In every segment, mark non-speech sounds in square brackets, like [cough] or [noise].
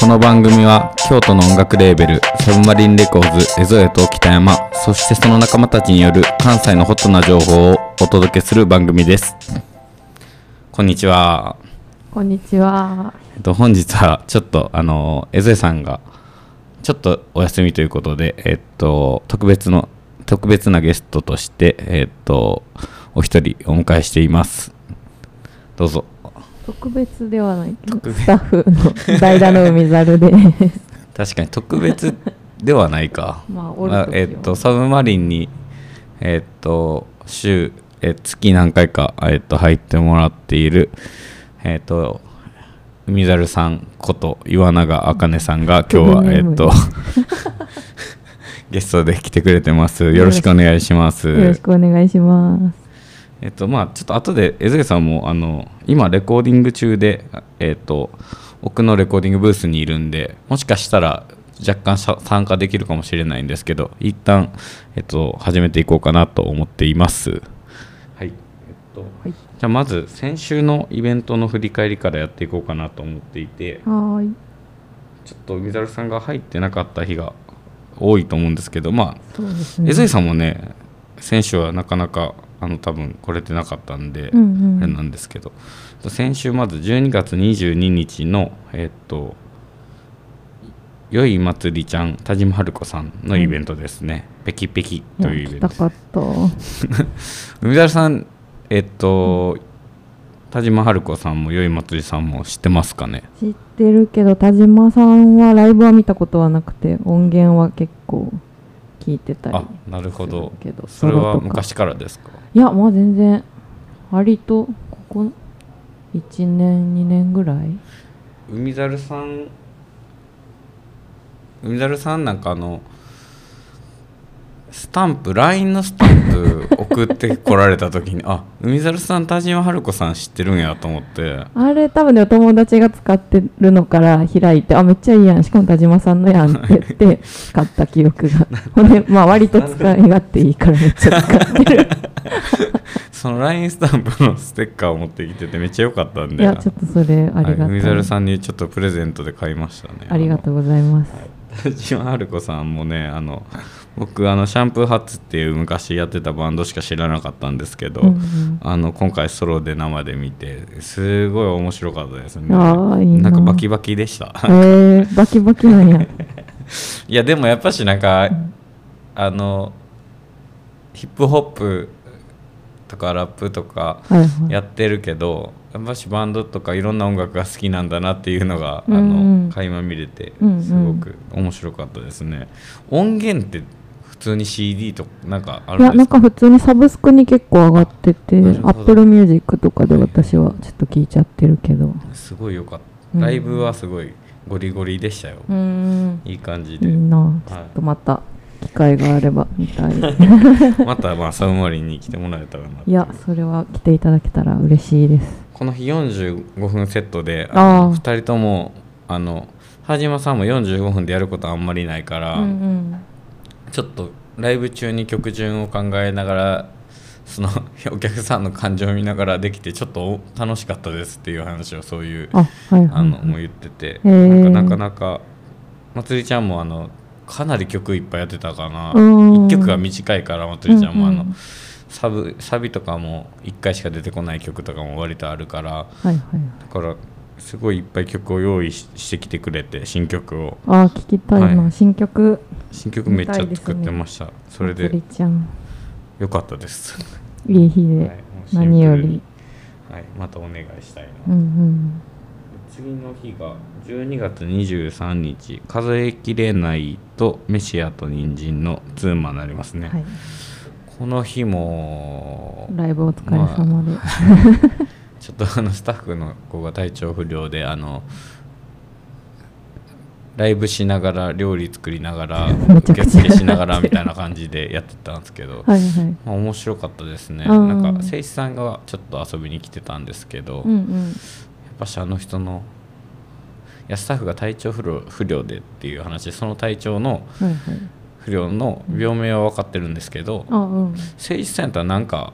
この番組は京都の音楽レーベルサブマリンレコーズ江添と北山そしてその仲間たちによる関西のホットな情報をお届けする番組ですこんにちは、こんにちは。えっと、本日はちょっとあの江添さんがちょっとお休みということでえっと特別の特別なゲストとしてえっとお一人お迎えしていますどうぞ特別ではない。スタッフの代打の海 [laughs] 猿です。確かに特別ではないか [laughs] まあおる時はえっとサブマリンにえっと週え月何回か、えっと入ってもらっているえっと海猿さんこと岩永茜さん [laughs] が今日はえっと [laughs] ゲストで来てくれてますよろしくお願いしますよろしくお願いします。えっとまあちょっと後で江添さんもあの今レコーディング中であえっと奥のレコーディングブースにいるんでもしかしたら若干さ参加できるかもしれないんですけど一旦えっと始めていこうかなと思っていますはいえっと、いじゃあまず先週のイベントの振り返りからやっていこうかなと思っていてはーい。ちょっと海猿さんが入ってなかった日が多いと思うんですけどまあそうです江ね。添さんもね選手はなかなかあの多分来れてなかったんで、うんうんあれなんですけど先週まず12月22日のえっと「よいまつりちゃん田島春子さん」のイベントですね「ペキペキ」というイベいントでや来たすかっ [laughs] た。海猿さんえっと、田島春子さんもよいまつりさんも知ってますかね知ってるけど田島さんはライブは見たことはなくて音源は結構聞いてたりあ。なるほどけどそれソロはとか昔からですかいやまあ全然割とここ1年2年ぐらい。海猿さん海猿さんなんかあのスタンプ LINE のスタンプ送ってこられた時にあ海猿さん田島春子さん知ってるんやと思ってあれ多分ねお友達が使ってるのから開いてあめっちゃいいやんしかも田島さんのやんって言って使った記憶がほ [laughs] んでまあ割と使い勝手いいからめっちゃ使ってるその LINE スタンプのステッカーを持ってきててめっちゃ良かったんいでやちょっとそれありがはと、いう海猿さんにちょっとプレゼントで買いましたねありがとううございます、田島春子さんもねあの僕あのシャンプーハッツっていう昔やってたバンドしか知らなかったんですけど、うんうんあの今回ソロで生で見てすごい面白かったですねああいいなんかバキバキでした [laughs] えー、バキバキなんやいやでもやっぱしなんか、あのヒップホップとかラップとかはいはいやってるけどやっぱしバンドとかいろんな音楽が好きなんだなっていうのが、うんうんあの垣間見れてうんうんすごく面白かったですね、音源って普通に CD とかなんかあいるやんでなんすかか普通にサブスクに結構上がっててなるほど Apple Music とかで私はちょっと聞いちゃってるけどうすごい良かったうんライブはすごいゴリゴリでしたよ、ーんいい感じいでいなちょっとまた機会があれば見 [laughs] たいまたまあサウマリンに来てもらえたらなっていやそれは来ていただけたら嬉しいですこの日45分セットであのあー2人ともあの羽島さんも45分でやることあんまりないから、うんちょっとライブ中に曲順を考えながらそのお客さんの感情を見ながらできてちょっとお楽しかったですっていう話をそういうあはいはあいのもう言ってて、へーなんかなかなかまつりちゃんもあのかなり曲いっぱいやってたかなうん1曲が短いからまつりちゃんもあの、うんうんサブサビとかも1回しか出てこない曲とかも割とあるからはいはいだからすごいいっぱい曲を用意ししてきてくれて新曲をあ聞きたいな、はい新曲新曲めっちゃ見たいです作ねってましたそれまつりでちゃんよかったです、いい日で、はいもうシンプルに何よりはい、またお願いしたいな、うん次の日が12月23日数えきれないとメシアと人参のツーマンになりますうんね、はいこの日もライブお疲れ様で、 [laughs] ちょっとあのスタッフの子が体調不良であのライブしながら料理作りながら [laughs] めち受ゃくちゃ付しながらみたいな感じでやってたんですけど、はいはいまあ面白かったですね、うんなんか誠一さんがちょっと遊びに来てたんですけど、うんうんやっぱしあの人のいやスタッフが体調不良不良でっていう話その体調のはいはい不良の病名は分かってるんですけどあうん誠一さんやったらなんか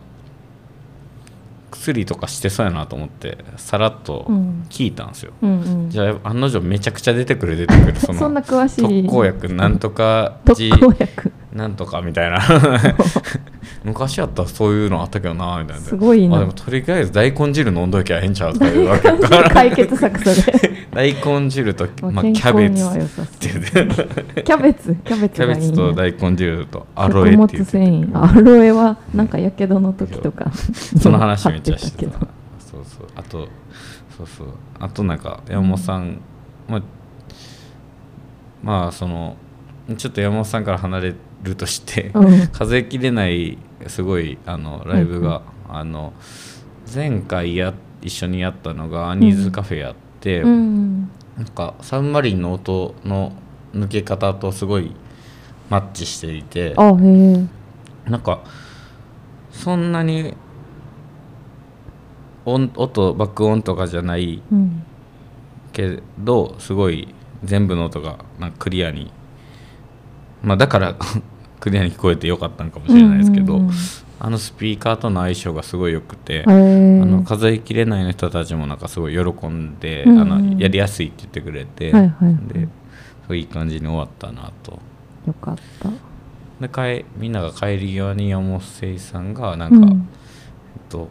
薬とかしてそうやなと思ってさらっとうん聞いたんですよ、うんうんじゃあ案の定めちゃくちゃ出てくる出てくるその [laughs] そんな詳しい特効薬なんとか特じ効薬なんとかみたいな [laughs] 昔やったらそういうのあったけどなみたいなすごいなあでもとりあえず大根汁飲んどきゃええんちゃうとかいうわけ [laughs] 大根解決策それ大根汁と、 [laughs] まあ、健キャ康ベにツは良さそうって言って [laughs] キャベツキャベツキャがベいいツと大根汁とアロエ食っ物て言って繊維アロエはなんかやけどの時とか [laughs] その話めっちゃして貼た [laughs] ってそうそうあとそうそうあとなんか山本さん、まあまあそのちょっと山本さんから離れるとして、うん [laughs] 数えきれないすごいあのライブが、あの前回や一緒にやったのがアニーズカフェやって、たうんなんかサンマリンの音の抜け方とすごいマッチしていてあへえなんかそんなに音音爆音とかじゃないうんけどすごい全部の音がなんかクリアにまあだから [laughs] クリアに聞こえてよかったのかもしれないですけど、うんうんうんあのスピーカーとの相性がすごい良くて、へえあの数えきれないの人たちもなんかすごい喜んで、うんうんあのやりやすいって言ってくれて、はいはいはいですごいいい感じに終わったなとよかったで帰みんなが帰り際に山本誠さんがなんか、うんえっと、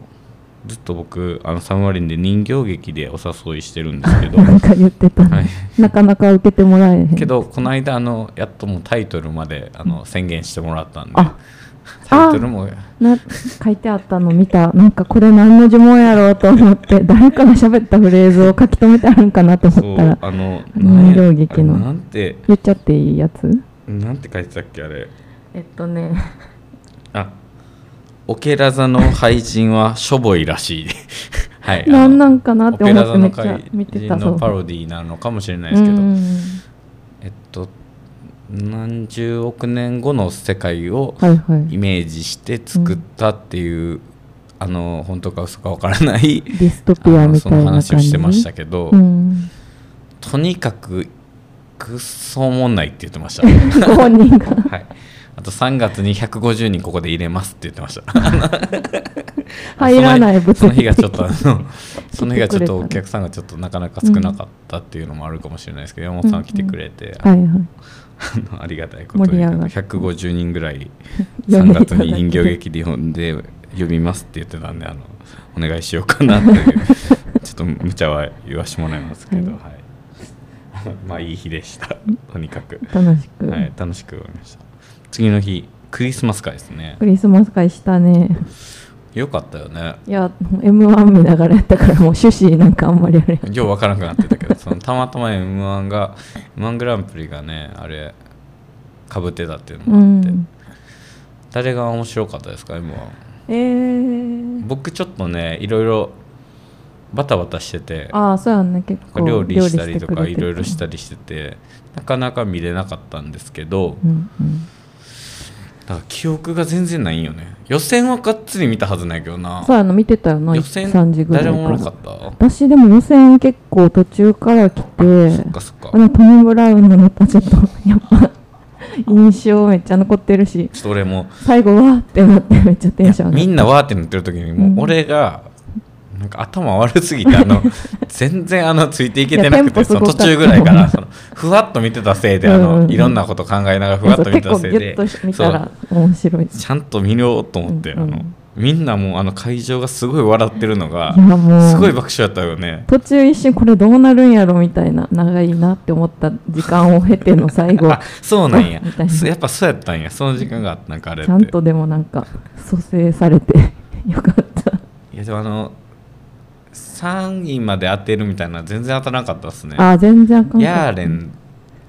ずっと僕あのサムマリンで人形劇でお誘いしてるんですけど [laughs] なんか言ってたね、はいなかなか受けてもらえへんけどこの間あのやっともうタイトルまであの宣言してもらったんであタイトルもな書いてあったの見たなんかこれ何の呪文やろうと [laughs] 思って誰かが喋ったフレーズを書き留めてあるんかなとそ思ったうらあの人形劇のなんやあれなんて言っちゃっていいやつなんて書いてたっけあれえっとねあオケラ座の廃人はしょぼいらしい [laughs] はいあの何なんかなって思ってめっオちケラゃ座の怪見て人たのパロデディなのかもしれないでィすけど、どえっと何十億年後の世界をはいはいイメージして作ったっていう、あの本当か嘘かわからないディストピアみたいな感じあのその話をしてましたけど、うん、とにかくくっそおもんないって言ってました、ご本人がはい、あと3月に150人ここで入れますって言ってま [laughs] した入らないそ物理的の日がちょっとあ [laughs] のその日がちょっと来てくれたお客さんがちょっとなかなか少なかったっていうのもあるかもしれないですけど、山本さん来てくれて、はいはいあのありがたいこと盛にり上がった150人ぐら [laughs] い呼3んでいただい月てに人形劇で呼んで呼びますって言ってたんであのお願いしようかな [laughs] というちょっと無茶は言わしてもらいますけど、ははいまあいい [laughs] 日でしたとにかく、楽しく、はい、楽しく終わりました次の日クリスマス会ですねクリスマス会したねよかったよねいや m 1見ながらやったからもう趣旨なんかあんまりあれやようわからなくなってた [laughs] けどそのたまたま m 1が m 1グランプリがねあれかぶってたっていうのうもあって、ん誰が面白かったですか m 1えー、僕ちょっとねいろいろバタバタしててああそうやんね結構料理したりとかいろいろしたり、りしててなかなか見れなかったんですけどうんうん、だから記憶が全然ないんよね予選はがっつり見たはずないけどなそうやの見てたよな予選3時ぐらい誰かもおらんからった私でも予選結構途中から来てそっかそっかあのトム・ブラウンのネタちょっとやっぱ印象めっちゃ残ってるしちょっと俺も最後わーってなってめっちゃテンション上がみっんなわーってなってる時にもううん俺がなんか頭悪すぎてあ [laughs] の全然あのついていけてないくやてテンポすそごのかった途中ぐらいからそのふわっと見てたせいであうんうのんいろんなこと考えながらふわっと見てた結構せいギュでッとし見そたうら面白いちゃんと見ようと思って、うんうんあのみんなもうあの会場がすごい笑ってるのがいやもうすごい爆笑やったよね途中一瞬これどうなるんやろみたいな長いなって思った時間を経ての最 [laughs] 後あそうなんやみたいなそやっぱそうやったんやその時間があったなんかあれっちてゃんとでもなんか蘇生されて [laughs] よかったいやでもあの3位まで当てるみたいな全然当たらなかったですねあー全然あかんかヤーったレン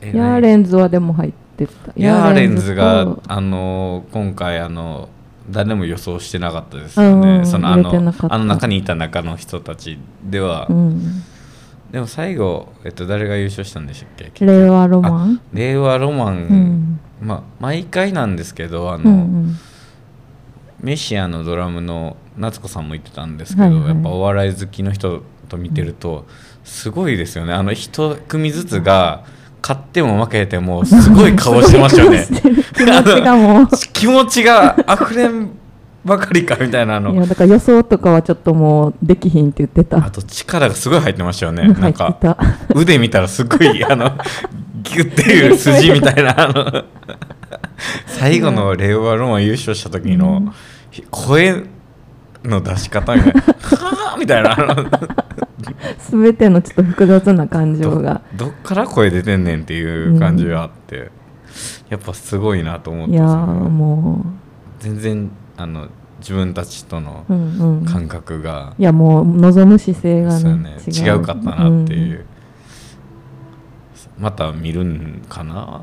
えヤーレンズはでも入ってたヤーレンズヤーレがンズとあの今回あの誰も予想してなかったですようんうねんそのあ入れてのなかったあの中にいた中の人たちでは、うんでも最後、えっと、誰が優勝したんでしたっけ令和ロマあン令和ロマうン、んまあ毎回なんですけどあうの、んうんメシアのドラムの夏子さんも言ってたんですけど、はいはいやっぱお笑い好きの人と見てるとすごいですよねあの一組ずつが勝っても負けても [laughs] すごい顔してますよね [laughs] すごい顔してる気持ちがもう気持ちが溢れんばかりかみたいなのいやだから予想とかはちょっともうできひんって言ってたあと力がすごい入ってましたよね。うなんん入っかてた腕見たらすご [laughs] いあのギュッていう筋みたいなあの最後の令和ロマン優勝した時うの声の出し方が「はあ」みたいなあ [laughs] の全てのちょっと複雑な感情がどどっから声出てんねんっていう感じがあって、やっぱすごいなと思っいてやーそのも全然あの自分たちとのう、うんうん、感覚が、いやもう望む姿勢がそうねね違うかったなっていう、、また見るんかな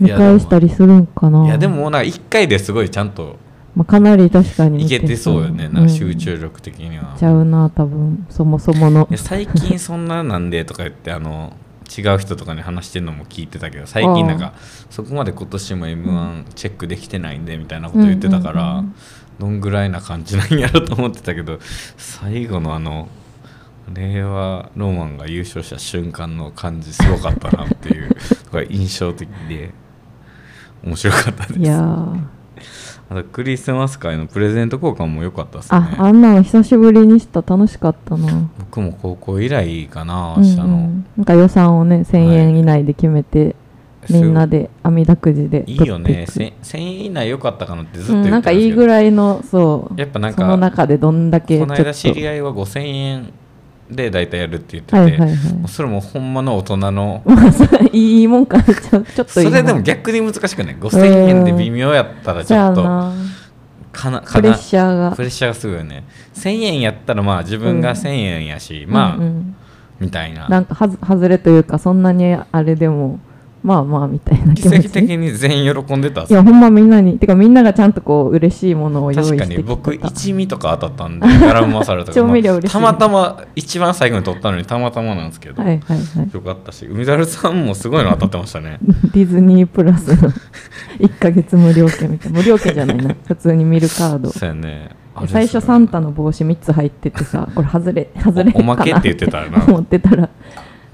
うん見返したりするんかないやでもいやでももうなんか1回ですごいちゃんとまあ、かなり確かにい見けてそうよね、んなんか集中力的にはちゃうな多分そもそものいや最近そんななんでとか言ってあの違う人とかに話してるのも聞いてたけど最近なんかそこまで今年も m 1チェックできてないんでみたいなこと言ってたから、うんうんうんどんぐらいな感じなんやろと思ってたけど最後のあの令和ロマンが優勝した瞬間の感じすごかったなっていうのが印象的で面白かったですいやーあとクリスマス会のプレゼント交換も良かったですああねんなの久しぶりにした楽しかったな僕も高校以来かなうんうしたの。ん、なんか予算をね1000円以内で決めて、みんなでで網だくじでいいよ取ってねく1000円以内良かったかなってずうっとん、言なっんてたんかですいけいどぐらいのそうやっぱなんかその中でどんだけちょこのっと間知り合いは5000円で大体やるって言ってて、はいはいはいもうそれもほんまの大人のまあそれ [laughs] いいもんかちょちょっとそいいんれでも逆に難しくない5000円で微妙やったらちそうやょっとなかなかプレなッシャーがプレッシャーがすごいよね1000円やったらまあ自分がうん1000円やし、まあ、うんうんみたいななんかはず外れというかそんなにあれでもまあまあみたいな気奇持ち跡的に全員喜んでたんですいよやほんまみんなにてかみんながちゃんとこう嬉しいものを用意し確てきかてに僕た一味とか当たったん [laughs] でガラムマサラとか調味料嬉しいたまたま一番最後に取ったのにたまたまなんですけど、はいはいはいよかったし海猿さんもすごいの当たってましたねディズニープラスの1ヶ月無料券みたいな無料券じゃないな普通に見るカードそうやねあれ最すご初いサンタの帽子3つ入っててさこれ外れ外れ [laughs] おおまけって言ってたよな [laughs] 思ってたら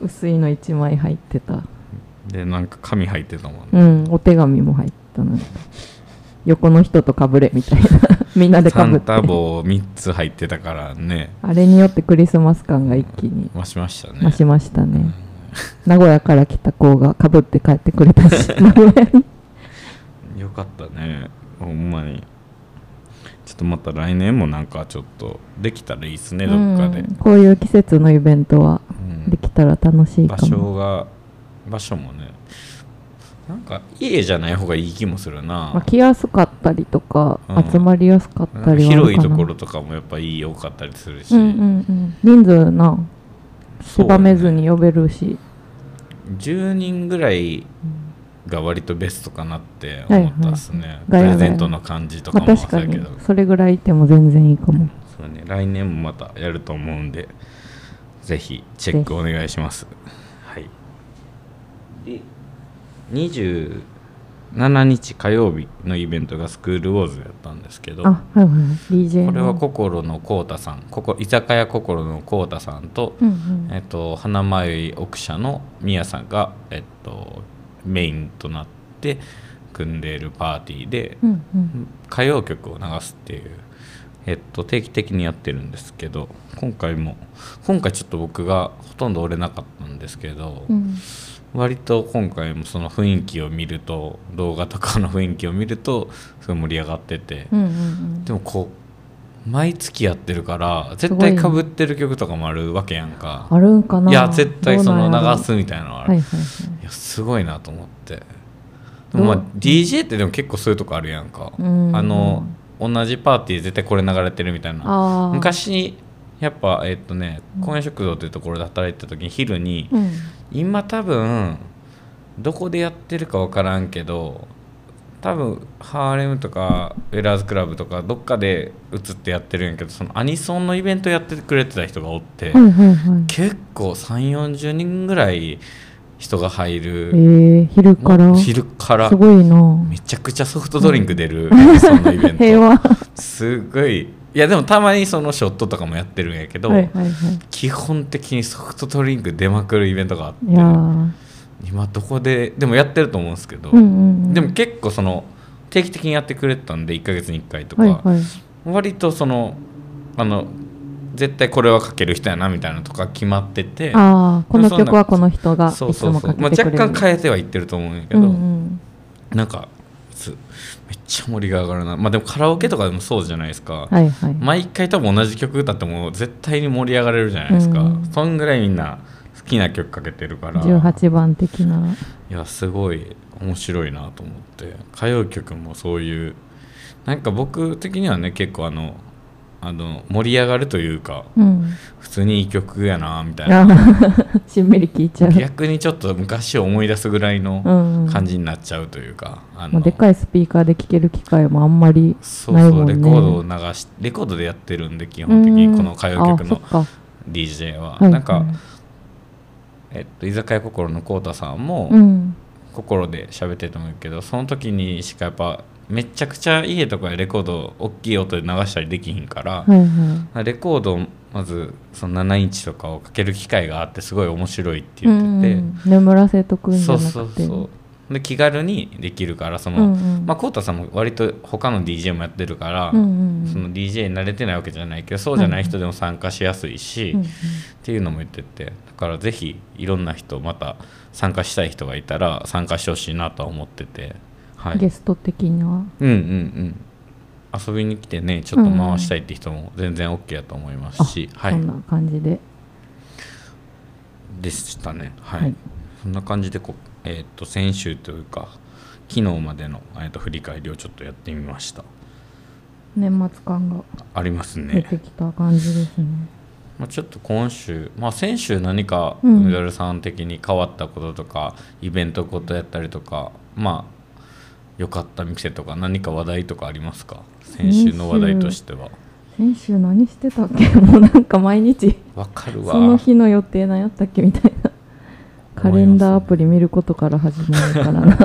薄いの1枚入ってたでなんか紙入ってたもんうね、んお手紙も入ったの横の人とかぶれみたいな [laughs] みんなでかサぶンってタ帽3つ入ってたからねあれによってクリスマス感が一気に増しましたね増しましたね名古屋から来た子がかぶって帰ってくれた [laughs] し名古屋によかったねほんまにちょっとまた来年もなんかちょっとできたらいいっすねどっかでうん、こういう季節のイベントはうんできたら楽しい場か所も、が場所もねなんか家じゃない方がいい気もするなまあ、来やすかったりとか、うん集まりやすかっなんたかりはあるかな広いところとかもやっぱいい多かったりするし、うんうんうん人数な狭めずに呼べるし、 10人ぐらいが割とベストかなって思ったっすね、はいはいプレゼントの感じとかまあ、も確そうかやけにど、それぐらいいても全然いいかもそうね、来年もまたやると思うんでぜひチェックお願いしますはいで27日火曜日のイベントがスクールウォーズやったんですけどあはいはい DJ のこれは心のこうたさんここ居酒屋心のこうたさんと、うんうんえっと、花舞奥社のみやさんが、えっと、メインとなって組んでいるパーティーで、うんうん歌謡曲を流すっていう、えっと、定期的にやってるんですけど今回も今回ちょっと僕がほとんど折れなかったんですけど、うん割と今回もその雰囲気を見ると動画とかの雰囲気を見るとすごい盛り上がってて。うんうんでもこう毎月やってるから絶す対かごぶいねってる曲とかもあるわけやんかあるんかないいや絶対その流すみたいなのはあはる、いはいいはいやすごいなと思ってでどうもまあ DJ ってでも結構そういうとこあるやんか、うんあの同じパーティー絶対これ流れてるみたいなあー昔やっぱえっとね公園食堂っていうところで働いてた時に昼に、うん今多分どこでやってるか分からんけど多分ハーレムとかウェラーズクラブとかどっかで映ってやってるんやけどそのアニソンのイベントやってくれてた人がおって、はいはいはい結構3 4 0人ぐらい人が入える、ー、昼から昼からすごいなめちゃくちゃソフトドリンク出 [laughs] るアニソンのイベント平和すごいいやでもたまにそのショットとかもやってるんやけど、はいはいはい基本的にソフトドリンク出まくるイベントがあっていやー今どこででもやってると思うんですけど、うんうんうんでも結構その定期的にやってくれてたんで1ヶ月に1回とか、はいはい割とそのあの絶対これは書ける人やなみたいなのとか決まっててああこの曲はこの人がいつそうそうもそかう、まけあ、てく若れる、干変えてはいってると思うんやけうど、んうん、なんかすめっちゃ盛りが上がるなまあでもカラオケとかでもそうじゃないですか、はいはい、毎回多分同じ曲歌っても絶対に盛り上がれるじゃないですか、うんそんぐらいみんな好きな曲かけてるから18番的ないやすごい面白いなと思って歌謡曲もそういうなんか僕的にはね結構あのあの盛り上がるというかうん普通にいい曲やなみたいなあー [laughs] しんみり聞いちゃう、逆にちょっと昔を思い出すぐらいのうんうん、感じになっちゃうというか、あものうでかいスピーカーで聴ける機会もあんまりそうないそもうんねレコードを流しレコードでやってるんで基本的にこの歌謡曲うんのあそっか DJ は、はいなんか、はいえっと、居酒屋心のこうたさんも、うん心で喋っててもいいけどその時にしかやっぱめちゃくちゃ家とかでレコード大きい音で流したりできひんから、はいはレコードをまずその7インチとかをかける機会があってすごい面白いって言ってて、うんうん、眠らせとくんじそゃうなくてそうそうで気軽にできるからそうんの、うんまあ、コウタさんも割と他の DJ もやってるから、うんうんその DJ に慣れてないわけじゃないけどそうじゃない人でも参加しやすいし、うんうんっていうのも言っててだからぜひいろんな人また参加したい人がいたら参加してほしいなとは思ってて、はい、ゲスト的にはうんうんうん遊びに来てねちょっと回したいって人も全然 OK だと思いますし、はこんいな感じででしたねはい、はいそんな感じでこう、えー、と先週というか昨日までの、えー、と振り返りをちょっとやってみました年末感があります出ねてきた感じですねまあ、ちょっと今週、まあ、先週何かうんミドルさん的に変わったこととか、イベントことやったりとかまあ良かった店とか何か話題とかありますか先週の話題としては先週何してたっけ [laughs] もうなんか毎日わかるわその日の予定なんやったっけみたいなカレンダーアプリ見ることから始まるからな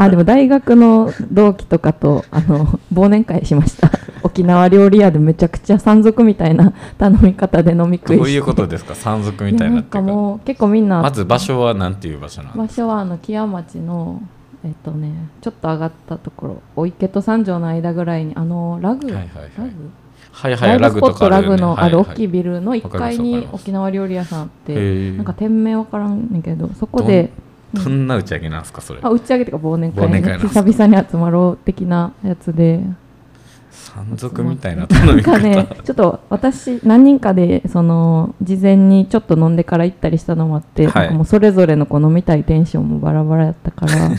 あでも大学の同期とかとあの忘年会しました沖縄料理屋でめちゃくちゃ山賊みたいな頼み方で飲み食いしてどういうことですか山賊みたいやななっんてかいうかもう結構みんなまず場所はなんていう場所なん場所はあの木屋町のえっとねちょっと上がったところお池と三条の間ぐらいにあのラグ、はいはいはいラグはいはいラライブスグポとッかトあラるよグねのある大きいはビルの1わかります階わかにります沖縄料理屋さんあっへてーなんか店名わからんねんけどそこでいどんな打ち上げなんですかそれあ打ち上げとか忘年会忘ね年会なんです久々に集まろう的なやつで山賊みたいな頼み方、なんかねちょっと私何人かでその事前にちょっと飲んでから行ったりしたのもあって、はいなんかもうそれぞれのこう飲みたいテンションもバラバラやったから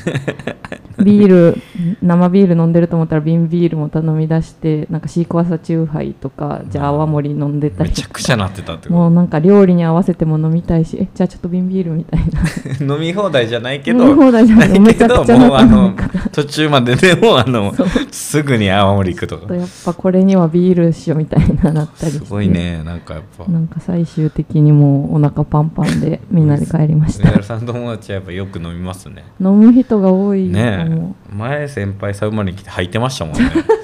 [laughs] ビール生ビール飲んでると思ったら瓶ビールも頼み出してなんかシークワーサーチューハイとかじゃあ泡盛飲んで [laughs] ためりちゃくちゃなってたってもこうなんか料理に合わせても飲みたいしえじゃあちょっと瓶ビールみたいなと [laughs] 飲み放題じゃないけど [laughs] 飲み放題じゃないだめけちゃどくちゃもうあな [laughs] の途中まででもうあのすぐに青森行くとかやっぱこれにはビールしようみたいななったりすしてごいねなんかやっぱなんか最終的にもうお腹パンパンでみんなで帰りまし上た原さんの友達はやっぱよく飲みますね飲む人が多いかねも、え前先輩サウマに来て履いてましたもんね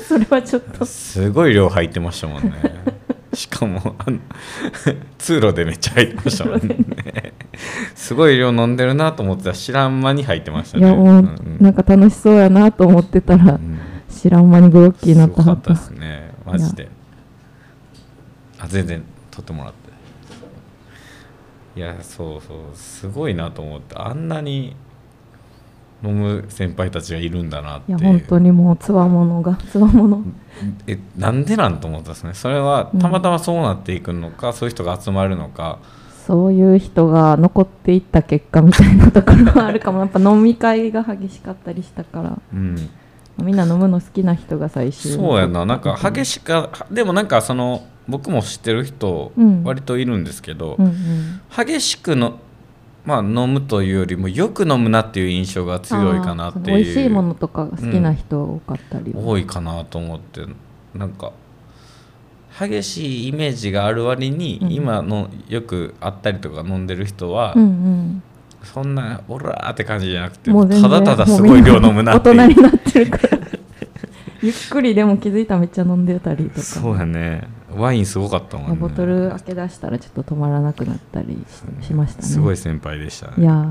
それはちょっとすごい量履いてましたもんね [laughs] しかもあの通路でめっちゃ履いてましたもんねすごい量飲んでるなと思ってたら知らん間に履いてましたいねやもううんうんなんか楽しそうやなと思ってたらうん知らん間にグロッキーになったすはごかったですねマジであ全然撮ってもらっていやそうそうすごいなと思ってあんなに飲む先輩たちがいるんだなっていいやう本当にもうつわものがつわものえなんでなんと思ったんですねそれはうんたまたまそうなっていくのか、そういう人が集まるのかそういう人が残っていった結果みたいなところはあるかもやっぱ飲み会が激しかったりしたからうんみんな飲むの好きな人が最終そうやななんか激ししかでもなんかその僕も知ってる人うん割といるんですけど、うんうん激しくの、まあ、飲むというよりもよく飲むなっていう印象が強いかなっていうあーその美味しいものとかが好きな人多かったり、多いかなと思ってなんか激しいイメージがある割に、うん今のよく会ったりとか飲んでる人は、うんうんそんなオラーって感じじゃなくてもう全然ただただすごい量飲むなってもうみんない大 [laughs] 人になってるからゆっくりでも気づいたらめっちゃ飲んでたりうとかそうやねワインすごかったもんねボトル開け出したらちょっと止まらなくなったりししましたねすごい先輩でしたいねやー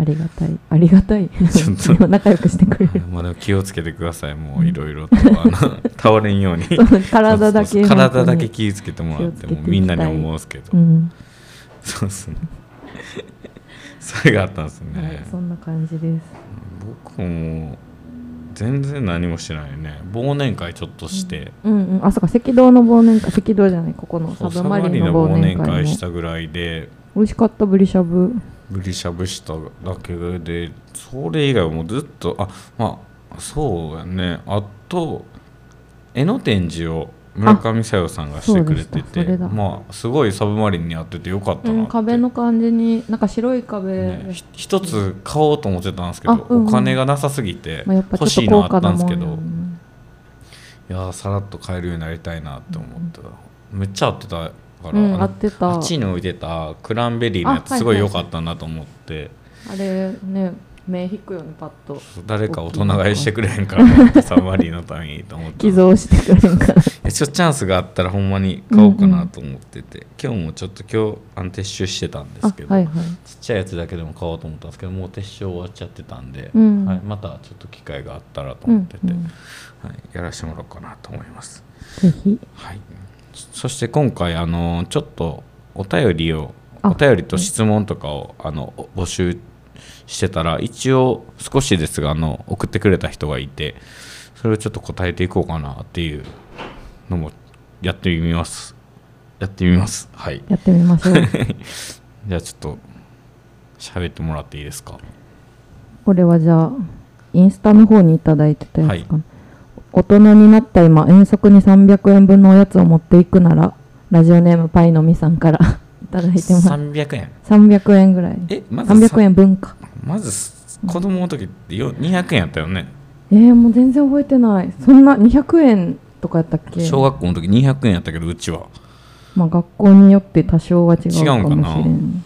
ありがたいありがたいちょっ [laughs] とでも仲良くしてくれるまあでも気をつけてくださいもういろいろとあの [laughs] 倒れんようにそう体だけそうそうそう体だけ本当に気をつけてもらって気をつけていもきたいうみんなに思うんですけど、うん、そうですねそれがあったんですね、はい、そんな感じです僕も全然何もしてないよね忘年会ちょっとして、うんうんあそうか赤道の忘年会赤道じゃないここのサそうブサママリリンンのの忘忘年年会会もしたぐらいで美味しかったブリしゃぶブリしゃぶしただけでそれ以外はもうずっとあまあそうやねあと絵の展示を村上さよさんがしてくれてあそうでしたそてれだまあすごいサブマリンにやっててよかったなって、うん、壁の感じになんか白い壁、ねひ一つ買おうと思ってたんですけど、あうんうんお金がなさすぎてまあ、やっぱちょ欲っとしいの高あ価ったなんですもんけやど、もんねいやーさらっと買えるようになりたいなって思った、めっちゃ合ってたから、うんあ合ってたっちに置いてたクランベリーのやあつはいはいすごい良かったなと思って、あれね目引くよねパッと誰か大人買いしてくれへんからサマリーのためにと思っ [laughs] て寄贈してくれんからえちょっとチャンスがあったらほんまに買おうかなと思ってて、今日もちょっと今日あの撤収してたんであすけど、はいはいちっちゃいやつだけでも買おうと思ったんですけどもう撤収終わっちゃってたんで、うんはい、またちょっと機会があったらとう思っんてて、うん、はい、やらしてもらおうかなと思います。ぜひはい、そそして今回あのちょっとお便りをあお便りと質問とかをあのお募集してたら一応少しですがあの送ってくれた人がいてそれをちょっと答えていこうかなっていうのもやってみますやってみますはいやってみましょう [laughs] じゃあちょっと喋ってもらっていいですかこれはじゃあインスタの方にいただいてたやつかな、は大人になった今遠足に300円分のおやつを持っていくならラジオネームパイのみさんから [laughs] いただいてます300円300円ぐらいえまずさ300円分かまず子供の時ってよ200円やったよねえー、もう全然覚えてないそんな200円とかやったっけ小学校の時200円やったけどうちはまあ学校によって多少は違うかもしれ違うん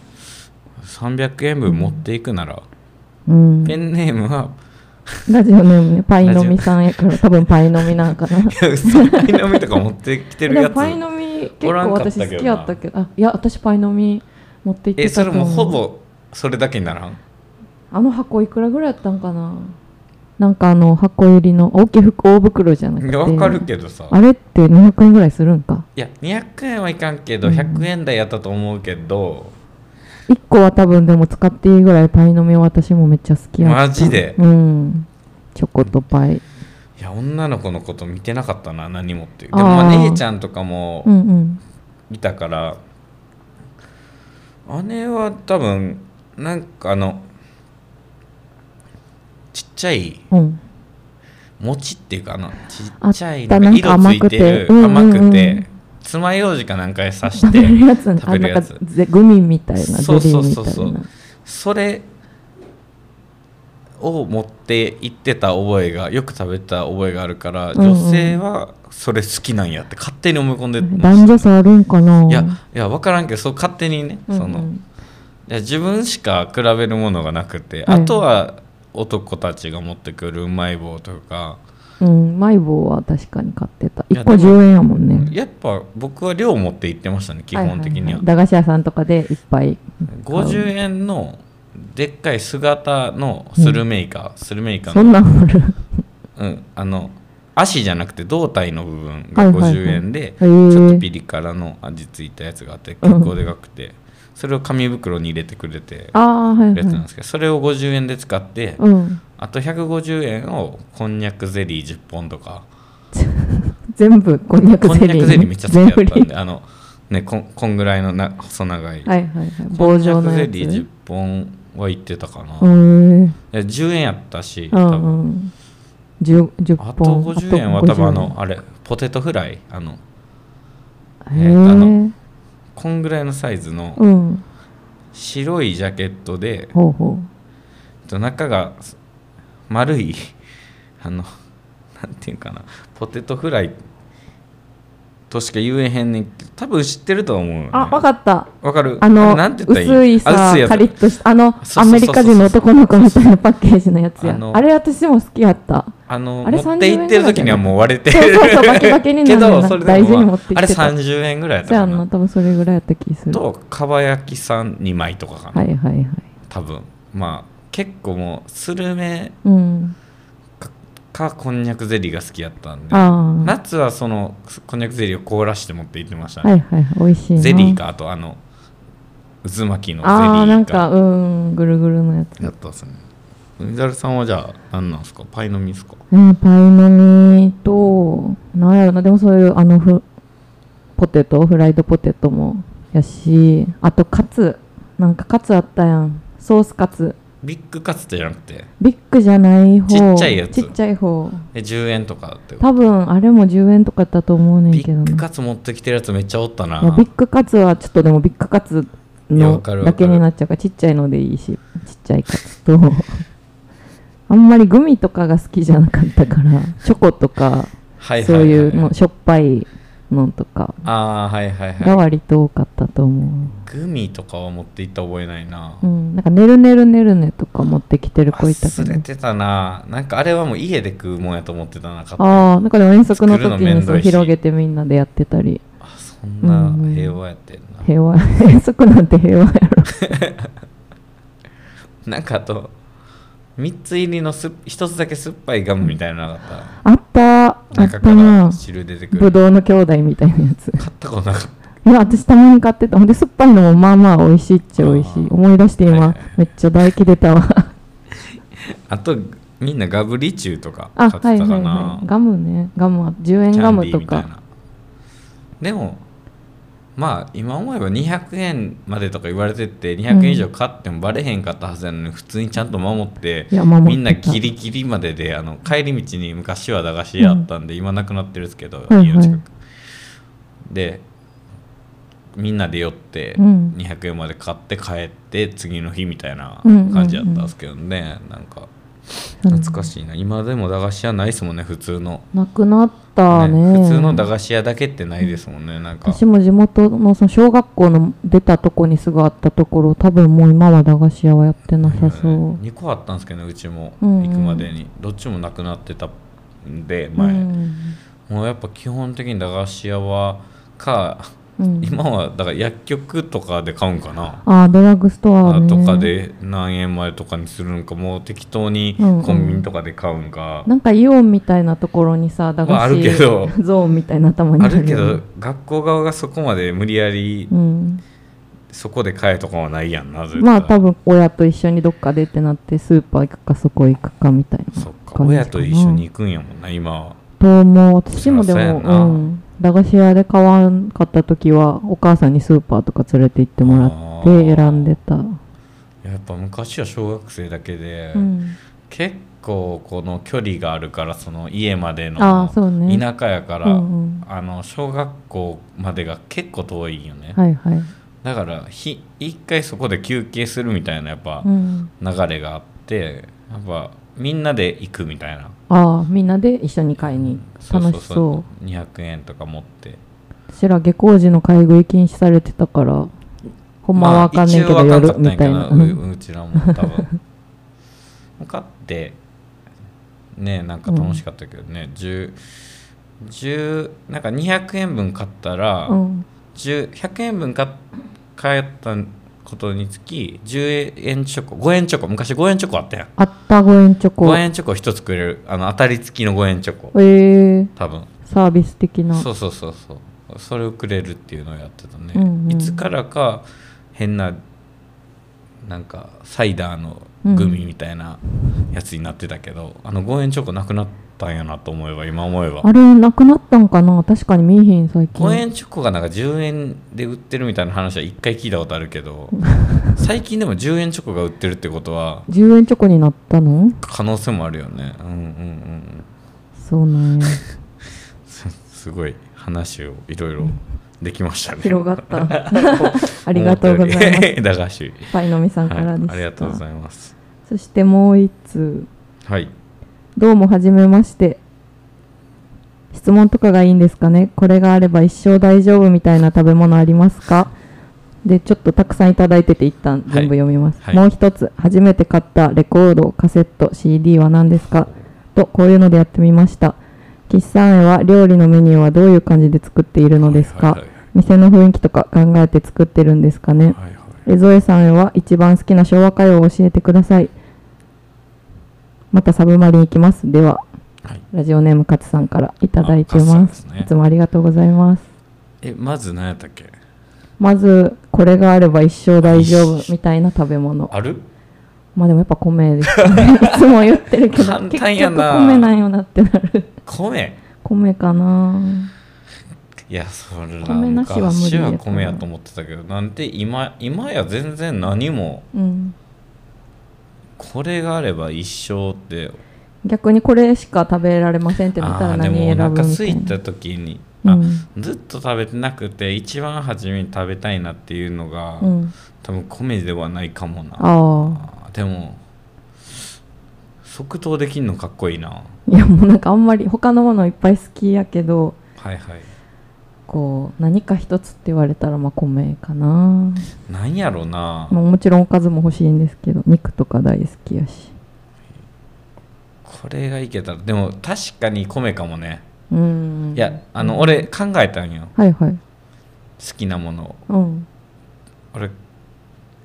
300円分持っていくなら、うん、ペンネームは、ラジオネームねパイのみさん [laughs] やから多分パイのみなんかないや嘘パイの実とか持ってきてるやでもパイつ。のみ結おら構んかったけ私どな好きやったけどあいや私パイのみ持って行ってえ、たそれもうとほ思うぼそれだけにならんあの箱いくらぐらいやったんかななんかあの箱入りの大きい袋大袋じゃなくいてやわかるけどさ。あれって200円ぐらいするんかいや、200円はいかんけど、うん100円台やったと思うけど、 1個は多分でも使っていいぐらいパイの実は私もめっちゃ好きやったマジでうんチョコとパイいや、女の子のこと見てなかったな、何もっていう。あでーも、まあ、姉ちゃんとかもうんうんいたから、姉は多分、なんかあの、ちっちゃいうん餅っていうかあのちあっっちゃいたなんか色なんかついてる甘くてうんうんうん甘くて爪楊枝かなんかで刺し食べるてやつね食あべる [laughs] なやんつかぜグミみたいなゼそうリそーうみそうたそいうなそれを持って行ってた覚えがよく食べてた覚えがあるから、うんうん女性はそれ好きなんやって勝手に思い込んでまし男女差あるんかなたいやいや分からんけどそう勝手にね、うんうんそのいや自分しか比べるものがなくて、はいあとは男たちが持ってくるうまい棒とか、うんマイボーは確かに買ってたいや1個でも10円やもんねやっぱ僕は量持って行ってましたね基本的には,、いいい駄菓子屋さんとかでいっぱい50円のでっかい姿のスルメイカ、スルメイカその,、んなん [laughs] あるうん、あの足じゃなくて胴体の部分がはいはいはい50円で、へーちょっとピリ辛の味付いたやつがあって結構でかくて、それを紙袋に入れてくれてああはいるやつなんはでいすけどそれを50円で使って、うんあと150円をこんにゃくゼリー10本とか全部こんにゃくこんゼにゃリーくゼリーめっちゃ好きだったん全で部あの、ね、こんこんぐらいのな細長い [laughs] はいはいはいこ棒んにゃ状くのゼやつリー10本はいってたかな、へえいうんや10円やったし、う多分ん 10, 10あと本50円は多分あ50のあれポテトフライあのえーとあ円のへえこんぐらいのサイズのうん白いジャケットで、ほうほうと中がす丸いあのなんていうかなポテトフライとしか言えへんねんけど多分知ってるとは思うよ、ね、あ、わかった。わかるあれのなんて言ったら薄いいいあさ薄いやつカリッとしたあのそうそうそうアメリカ人の男の子みたいなパッケージのやつあやのあれ私も好き [laughs] やったあのあれ持って行ってる時にはもう割れてるそうそうそうバキバキになるけどそれで大事にも持まって行ってあたあれ30円ぐらいやったじゃあかのな多分それぐらいやった気するとかば焼きさん2枚とかかな、はいはいはい多分まあ結構もうスルメうんかこんにゃくゼリーが好きやったんでああ夏はそのこんにゃくゼリーを凍らして持って行ってましたね、はいはい美味しいなゼリーかあとあの渦巻きのゼリああなんーかかうんぐるぐるのやつやったっすね海猿さんはじゃあ何なんすかパイの実ですかねパイの実となんやろなでもそういうあのふポテトフライドポテトもやしあとカツなんかカツあったやんソースカツビッグカツじゃなくてビッグじゃない方ちっちゃいやつちっちゃい方え10円とかってこと多分あれも10円とかだと思うねんビけどッグなカツ持ってきてるやつめっちゃおったないやビッグカツはちょっとでもビッグカツいやのわかるわかだるけになっちゃうからちっちゃいのでいいしちっちゃいカ [laughs] ツとあんまりグミとかが好きじゃなかったからチョコとかはいはそはうはいうのしょっぱいのとかああはいはいがはい割と多かったと思グミとかは持って行った覚えないな、う、うん、なんか「ねるねるねるね」とか持ってきてる子いたけ忘どれてたななんかあれはもう家で食うもんやと思ってたなかったああなんかでも遠足の時作るのめんどにいしそう広げてみんなでやってたり [laughs] あそんな平和やってんな、平和遠足なんて平和やろ [laughs] なんかあと3つ入りのす1つだけ酸っぱいガムみたいなのなかっあったたあっ中たかなら汁出てくぶるどうの兄弟みたいなやつ買ったことなかったいや私たまに買ってたほんで酸っぱいのもまあまあ美味しいっちゃ美味しいあー思い出して今、はいはいめっちゃ唾液出たわあとみんなガブリチューとか買あってたはかいな、はいはいガムねガムは10円キガャンデムィーとみたいかなでもまあ今思えば200円までとか言われてて200円以上買ってもバレへんかったはずなのに、普通にちゃんと守っていや守ってたみんなギリギリまでであの帰り道に昔は駄菓子屋あったんで、今なくなってるんですけど、いはい家の近くでみんなで寄ってうん200円まで買って帰って次の日みたいなうんうんうん感じだったんですけどね、なんか懐かしいな今でも駄菓子屋ないですもんね普通の。なくなったね普通の駄菓子屋だけってないですもんねなんか私も地元のその小学校の出たとこにすぐあったところ多分もう今は駄菓子屋はやってなさそう、 2個あったんですけどねうちもうんうん行くまでに、どっちもなくなってたんでう前、ん、もうやっぱ基本的に駄菓子屋はかうん、今はだから薬局とかで買うんかな、あードラッグストア、あね、とかで何円前とかにするんかもう適当にうんうんコンビニとかで買うんか、なんかイオンみたいなところにさ駄まああ菓るけ子ど [laughs] ゾーンみたいなたまにあよねるけど学校側がそこまで無理やりうん、そこで買えとかはないやんな絶対まあ多分親と一緒にどっかでってなってスーパー行くかそこ行くかみたいなそっか感じな親と一緒に行くんやもんな今はと思う私もでそりゃもそうやなうん駄菓子屋で買わんかった時はお母さんにスーパーとか連れて行ってもらって選んでた、やっぱ昔は小学生だけで、うん、結構この距離があるからその家までのあーそうね田舎やから、うんうんあの小学校までが結構遠いよね、はいはい、だからひ一回そこで休憩するみたいなやっぱうん、流れがあって、やっぱみんなで行くみたいなああみんなで一緒に買いに楽しそうう200円とか持って私ら下校時の買い食い禁止されてたからほんまはあかんねんけどまあ一応夜わかんかみったんたいやなけどううちらも多 [laughs] 分買ってねなんか楽しかったけどね、10 10なんか200円分買ったら、うん10 100円分買っ買ったことにつき10円チョコ5円チョコ昔5円チョコあったやんあった5円チョコ5え円チョコ1つくれるあの当たり付きの5円チョコえー、多分サービス的なそうそうそうそうそれをくれるっていうのをやってたね、うんうんいつからか変ななんかサイダーのグミみたいなやつになってたけど、あの5円チョコなくなったんやなと思えば今思えばあれなくなったんかな確かに見えへん最近5円チョコがなんか10円で売ってるみたいな話は1回聞いたことあるけど [laughs] 最近でも10円チョコが売ってるってことは10円チョコになったの可能性もあるよねうんうんうんうんそうなんや [laughs] すごい話をいろいろできましたね広がった [laughs] ありがとうございますす [laughs] 駄菓子パイのみさんかはいらでした、ありがとうございますそしてもう一通はいどうもはじめまして。質問とかがいいんですかねこれがあれば一生大丈夫みたいな食べ物ありますかでちょっとたくさんいただいてて一旦全部読みます、はいはいもう一つ初めて買ったレコードカセット CD は何ですかとこういうのでやってみました喫茶園は料理のメニューはどういう感じで作っているのですか、はいはいはい店の雰囲気とか考えて作ってるんですかね、はいはい江添さんへは一番好きな昭和歌謡を教えてくださいまたサブマリン行きますでははいラジオネーム勝さんからいただいてあ勝さんまですすねいつもありがとうございますえまず何やったっけまずこれがあれば一生大丈夫一緒みたいな食べ物あるまあでもやっぱ米で [laughs] すよねいつも言ってるけど簡結単や局な米なんよなってなる米米かないやそれな米なしは無理やから昔は米やと思ってたけどなんで今今や全然何もうんこれがあれば一生って逆にこれしか食べられませんってなったあーでらも何お選ぶみ腹た空いいなた時に、うあんずっと食べてなくて一番初めに食べたいなっていうのが、うん多分米ではないかもなああーでも即答できんのかっこいいなあいやもうなんかあんまり他のものいっぱい好きやけどはいはいこう何か一つって言われたらまあ米かな、なんやろな、まあ、もちろんおかずも欲しいんですけど肉とか大好きやしこれがいけたらでも確かに米かもねうんいやあの俺考えたんよはいはい好きなものをうん俺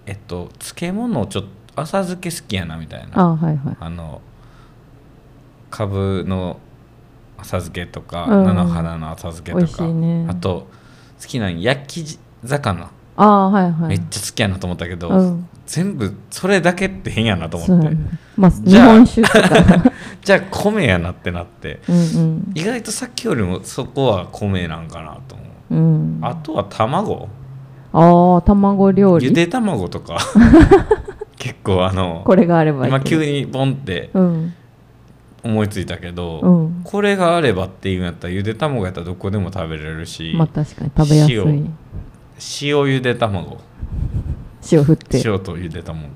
えっと漬物をちょっと浅漬け好きやなみたいなあはいはいあのカブの浅漬けとか、うん菜の花の浅漬け美と味しいか、ねあと好きなの焼き魚、ああはいはいめっちゃ好きやなと思ったけど、うん全部それだけって変やなとそ思うっやてねまあ日じゃあ本酒とか [laughs] じゃあ米やなってなってうん意外とさっきよりもそこは米なんかなと思う、うんうんあとは卵ああ卵料ゆ理で卵と [laughs] か結構あのこれがあればいい今急ににボンってうん思いついたけど、うんこれがあればっていうんやったらゆで卵やったらどこでも食べれるし、まあ確かに食べやすい塩塩ゆで卵塩振って塩とゆで卵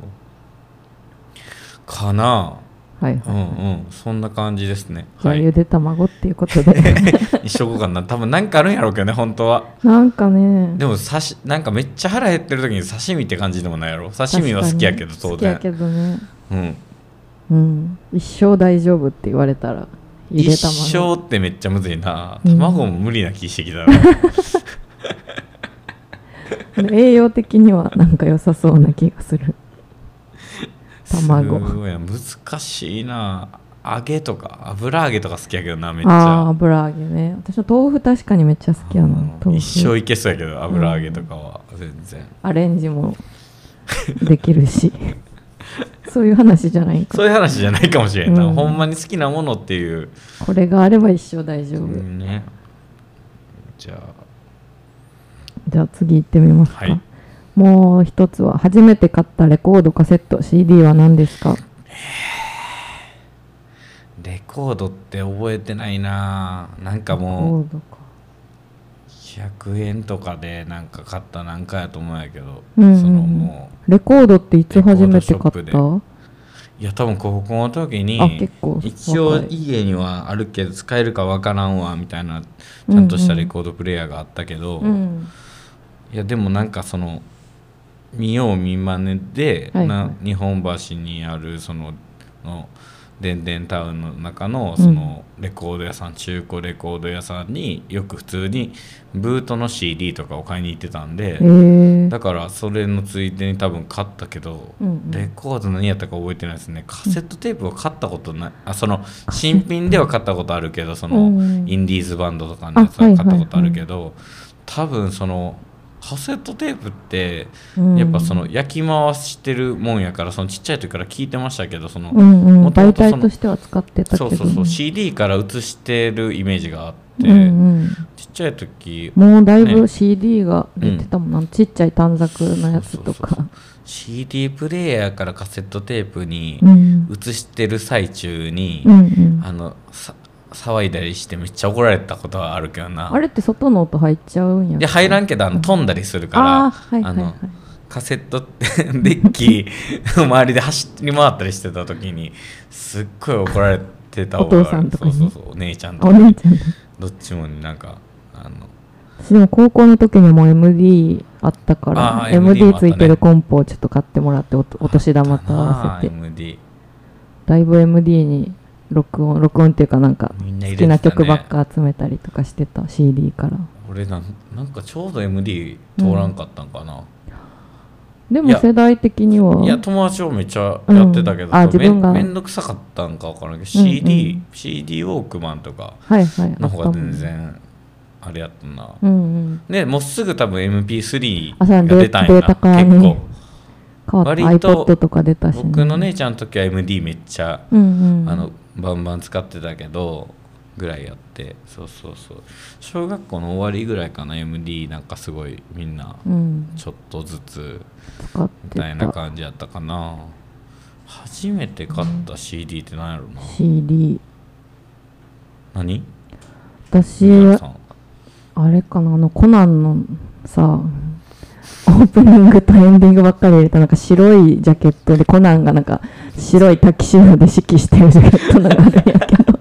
かなはいうんはいうんそんな感じですねじゃはあいゆで卵っていうことで [laughs] 一緒かな多分なんかあるんやろうけどね本当はなんかねでも刺しなんかめっちゃ腹減ってる時に刺身って感じでもないやろ刺身は好きやけど確当かに好きや然けどねうんうん、一生大丈夫って言われたらゆで一生卵ってめっちゃむずいなうん卵も無理な気してきたな栄養的にはなんか良さそうな気がする [laughs] 卵すごいな難しいな揚げとか油揚げとか好きやけどなめっちあーゃ油揚げね私の豆腐確かにめっちゃ好きやなうん豆一生腐いけそうやけど油揚げとかは全然、アレンジもでき [laughs] るしそういう話じゃないんかそういう話じゃないかもしれんな、うんほんまに好きなものっていう、これがあれば一生大丈夫、うんねじゃあじゃあ次行ってみますか、はいもう一つは初めて買ったレコードカセット CD は何ですかレコードって覚えてないななんかレコもうードか100円とかでなんか買ったなんかやと思うんやけど、うんうんうんそのもレコードっていつ初めて買レっコードシたョういや多分高校の時にあ結構一応若い家にはあるけど使えるかわからんわみたいなちゃんとしたうんうんレコードプレイヤーがあったけど、うんいやでもなんかその見よう見まねで、はいはいな日本橋にあるそのの電電タウンの中のうんそのレコード屋さん、中古レコード屋さんによく普通にブートの CD とかを買いに行ってたんでえ、ー、だからそれのついでに多分買ったけど、うんうんレコード何やったか覚えてないですねカセットテープは買ったことない、あその新品では買ったことあるけどその、うんインディーズバンドとかのやつはあ買はいったはいことあるけど、多分そのカセットテープってうんやっぱその焼き回してるもんやからそのちっちゃい時から聞いてましたけどその、うんうん、元々媒その体としては使ってたけそうどね、そうそう CD から映してるイメージがあって、うんうん、ちっちゃい時もうだいぶね CD が出てたもんな、ちっちゃい短冊のやつとそうそうそか CD プレイヤーからカセットテープにうん映してる最中に、うんうんあのさ騒いだりしてめっちゃ怒られたことはあるけどなあれって外の音入っちゃうんやで入らんけどあの飛んだりするから、あーはいはいはいあのカセットってデッキの周りで走り回ったりしてた時にすっごい怒られてた覚えがあるお父さんとかにそうそうそうお姉ちゃんとあおかに姉ちゃんだどっちもになんかあの私でも高校の時にも MD あったかあらー MD もあ MD ったつねいてるコンポをちょっと買ってもらっておとお年玉と合わあせてー MD だいぶ MD に録音録音っていうかなんかみんな入好れてたきねな曲ばっか集めたりとかしてた CD から俺なんなんかちょうど MD 通らんかったんかな、でいもや世代的にはいや友達もめっちゃやってたけど、うんあ自め分がめんどくさかったんかわからんけど、うんうん CD, CD ウォークマンとかはいはいの方があったもん全ね然あれやったな、うんうんでもうすぐ多分 MP3 あそうがや出たんやデータ化なに結構変わった割と iPod とか出たしね僕の姉ちゃんの時は MD めっちゃ、うんうんあのバンバン使ってたけどぐらいやってそうそうそう小学校の終わりぐらいかな MD なんかすごいみんなうんちょっとずつ使っみてたいなた感じやったかな初めて買った CD って何やろな CD 何私宮崎はさんあれかなあのコナンのさオープニングとエンディングばっかり入れたなんか白いジャケットでコナンがなんか白いタキシードで指揮してるジャケットのがあるんやけど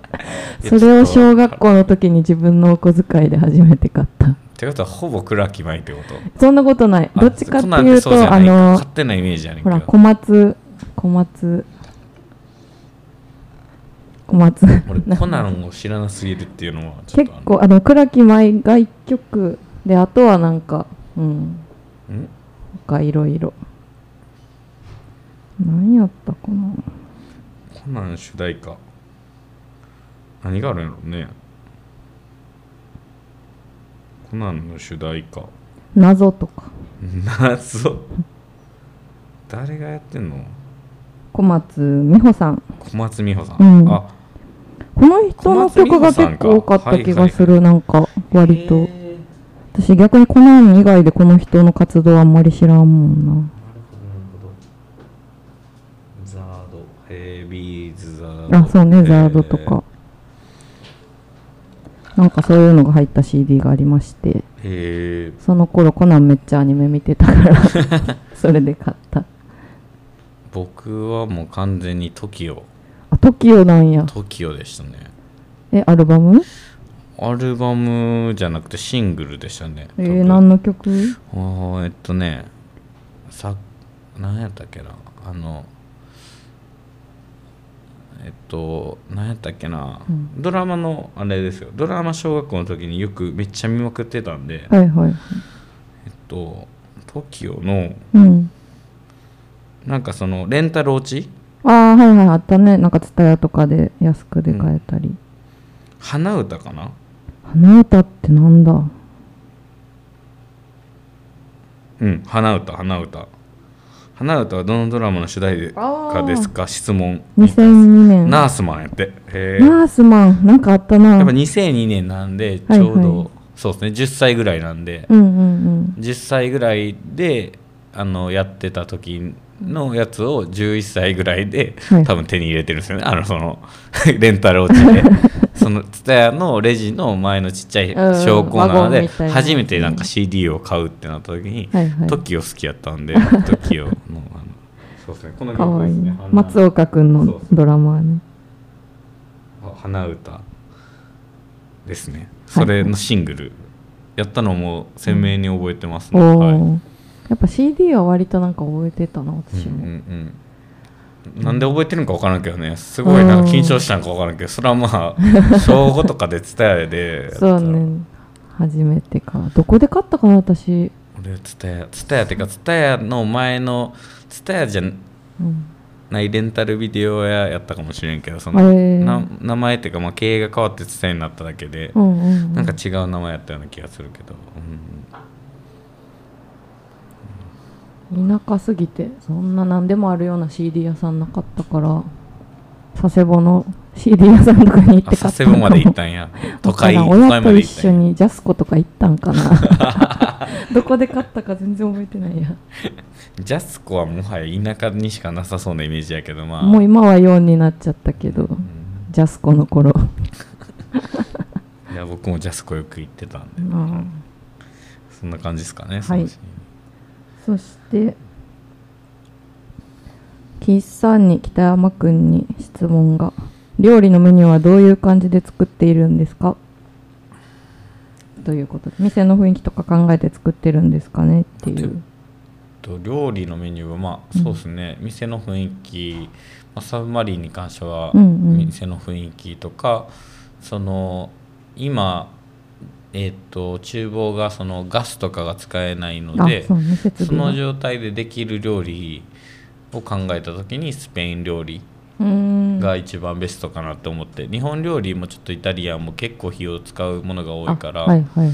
それを小学校の時に自分のお小遣いで初めて買ったってことはほぼ倉木舞ってことそんなことないあどっちかっコてナンいうそじゃとなあいかの勝手なイメージやねんほけらど小松小松小松俺コナンを知らなすぎるっていうのはちょっ結とあの構あの倉木舞が1曲であとはなんかうんん他いろいろ何やったかなコナン主題歌何があるんやろうねコナンの主題歌 [laughs] 謎とか謎誰がやってんの小松美穂さん小松美穂さん、うんあこの人の曲が結構多かった気がするなんか割とへ私逆にコナン以外でこの人の活動あんまり知らんもんなーなるほどなるほどザードヘビーズザードあそうねザードとかなんかそういうのが入った CD がありましてへえその頃コナンめっちゃアニメ見てたから [laughs] それで買った僕はもう完全に TOKIO あ TOKIO なんや TOKIO でしたねえアルバムアルバムじゃなくてシングルでしたねえ多ー、分何の曲あーえっとねさ何やったっけなあのえっと何やったっけな、うんドラマのあれですよドラマ小学校の時によくめっちゃ見まくってたんで、はいはいえっと TOKIO のうんなんかそのレンタル落ちああはいはいあったねなんかツタヤとかで安くで買えたり、花歌かな花歌ってなんだうん花歌花歌花歌はどのドラマの主題歌ですか質問2002年ナースマンやってへえナースマンなんかあったなやっぱ2002年なんでちはいょうど、はいそうですね10歳ぐらいなんで、うんうん10歳ぐらいであのやってた時のやつを11歳ぐらいで、はい多分手に入れてるんですよねあのその [laughs] レンタル落ち [laughs] でその蔦屋のレジの前のちっちゃいうん小コーワナゴーンでみたいな初めてなんか CD を買うってなった時に、はいはい TOKIO 好きやったん [laughs] で TOKIO のあのそうですねこのうんか曲わでいいすねね松岡君そうのそうドラマねあ花歌ですねそれのシングル、やったのも鮮明に覚えてますおね、おはいー、やっぱ CD は割となんか覚えてたな私も、うんうんうん、なんで覚えてるのか分からんけどねすごいなんか緊張したんか分からんけどそれはま [laughs] あ小5とかで蔦屋でやったそうね初めてかどこで買ったかな私、俺蔦屋蔦屋ってか蔦屋の前の蔦屋じゃうん、ないレンタルビデオ屋やったかもしれんけどそへのーな名前っていうか、まあ、経営が変わって蔦屋になっただけで、うんうんうんなんか違う名前やったような気がするけど、うん田舎すぎてそんな何でもあるような CD 屋さんなかったから佐世保の CD 屋さんとかに行あって買った佐世保まで行ったん [laughs] や都会だ都から会親まとで一行った緒んやにジャスコとか行ったんかな [laughs] どこで買ったか全然覚えてないやジャスコはもはや田舎にしかなさそうなイメージやけどまあもう今は4になっちゃったけどうんジャスコの頃いや僕もジャスコよく行ってたんで、あそんな感じですかね、いそのシーンそして岸さんに北山くんに質問が料理のメニューはどういう感じで作っているんですかということで店の雰囲気とか考えて作ってるんですかねっていうと料理のメニューはまあうんそうですね、店の雰囲気、まあ、サブマリンに関してはうんうん店の雰囲気とか、その今えっ、と厨房がそのガスとかが使えないのあでそうね設その備が状態でできる料理を考えた時にスペイン料理うーんが一番ベストかなと思って、日本料理もちょっとイタリアンも結構火を使うものが多いから、あはいはいはい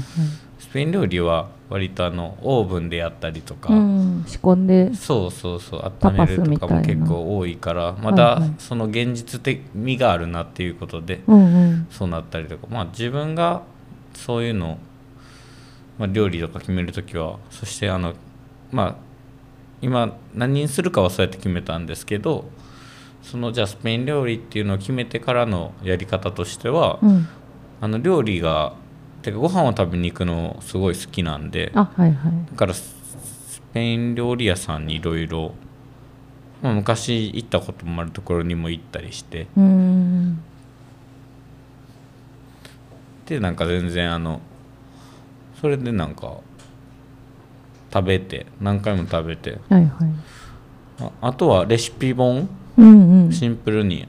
スペイン料理は割とあのオーブンでやったりとか、うん仕込んでそうそうそうタ温めパスるとみたかいなも結構多いからまはたいはいその現実的味があるなっていうことでうんうんそうなったりとかまあ自分がそういうの、まあ、料理とか決めるときはそしてあのまあ今何にするかはそうやって決めたんですけどそのじゃあスペイン料理っていうのを決めてからのやり方としては、うんあの料理がてかご飯を食べに行くのすごい好きなんであはいはいだからススペイン料理屋さんにいろいろまあ昔行ったこともあるところにも行ったりしてうーんでなんか全然あのそれでなんか食べて何回も食べてはいはいああとはレシピ本うんうんシンプルに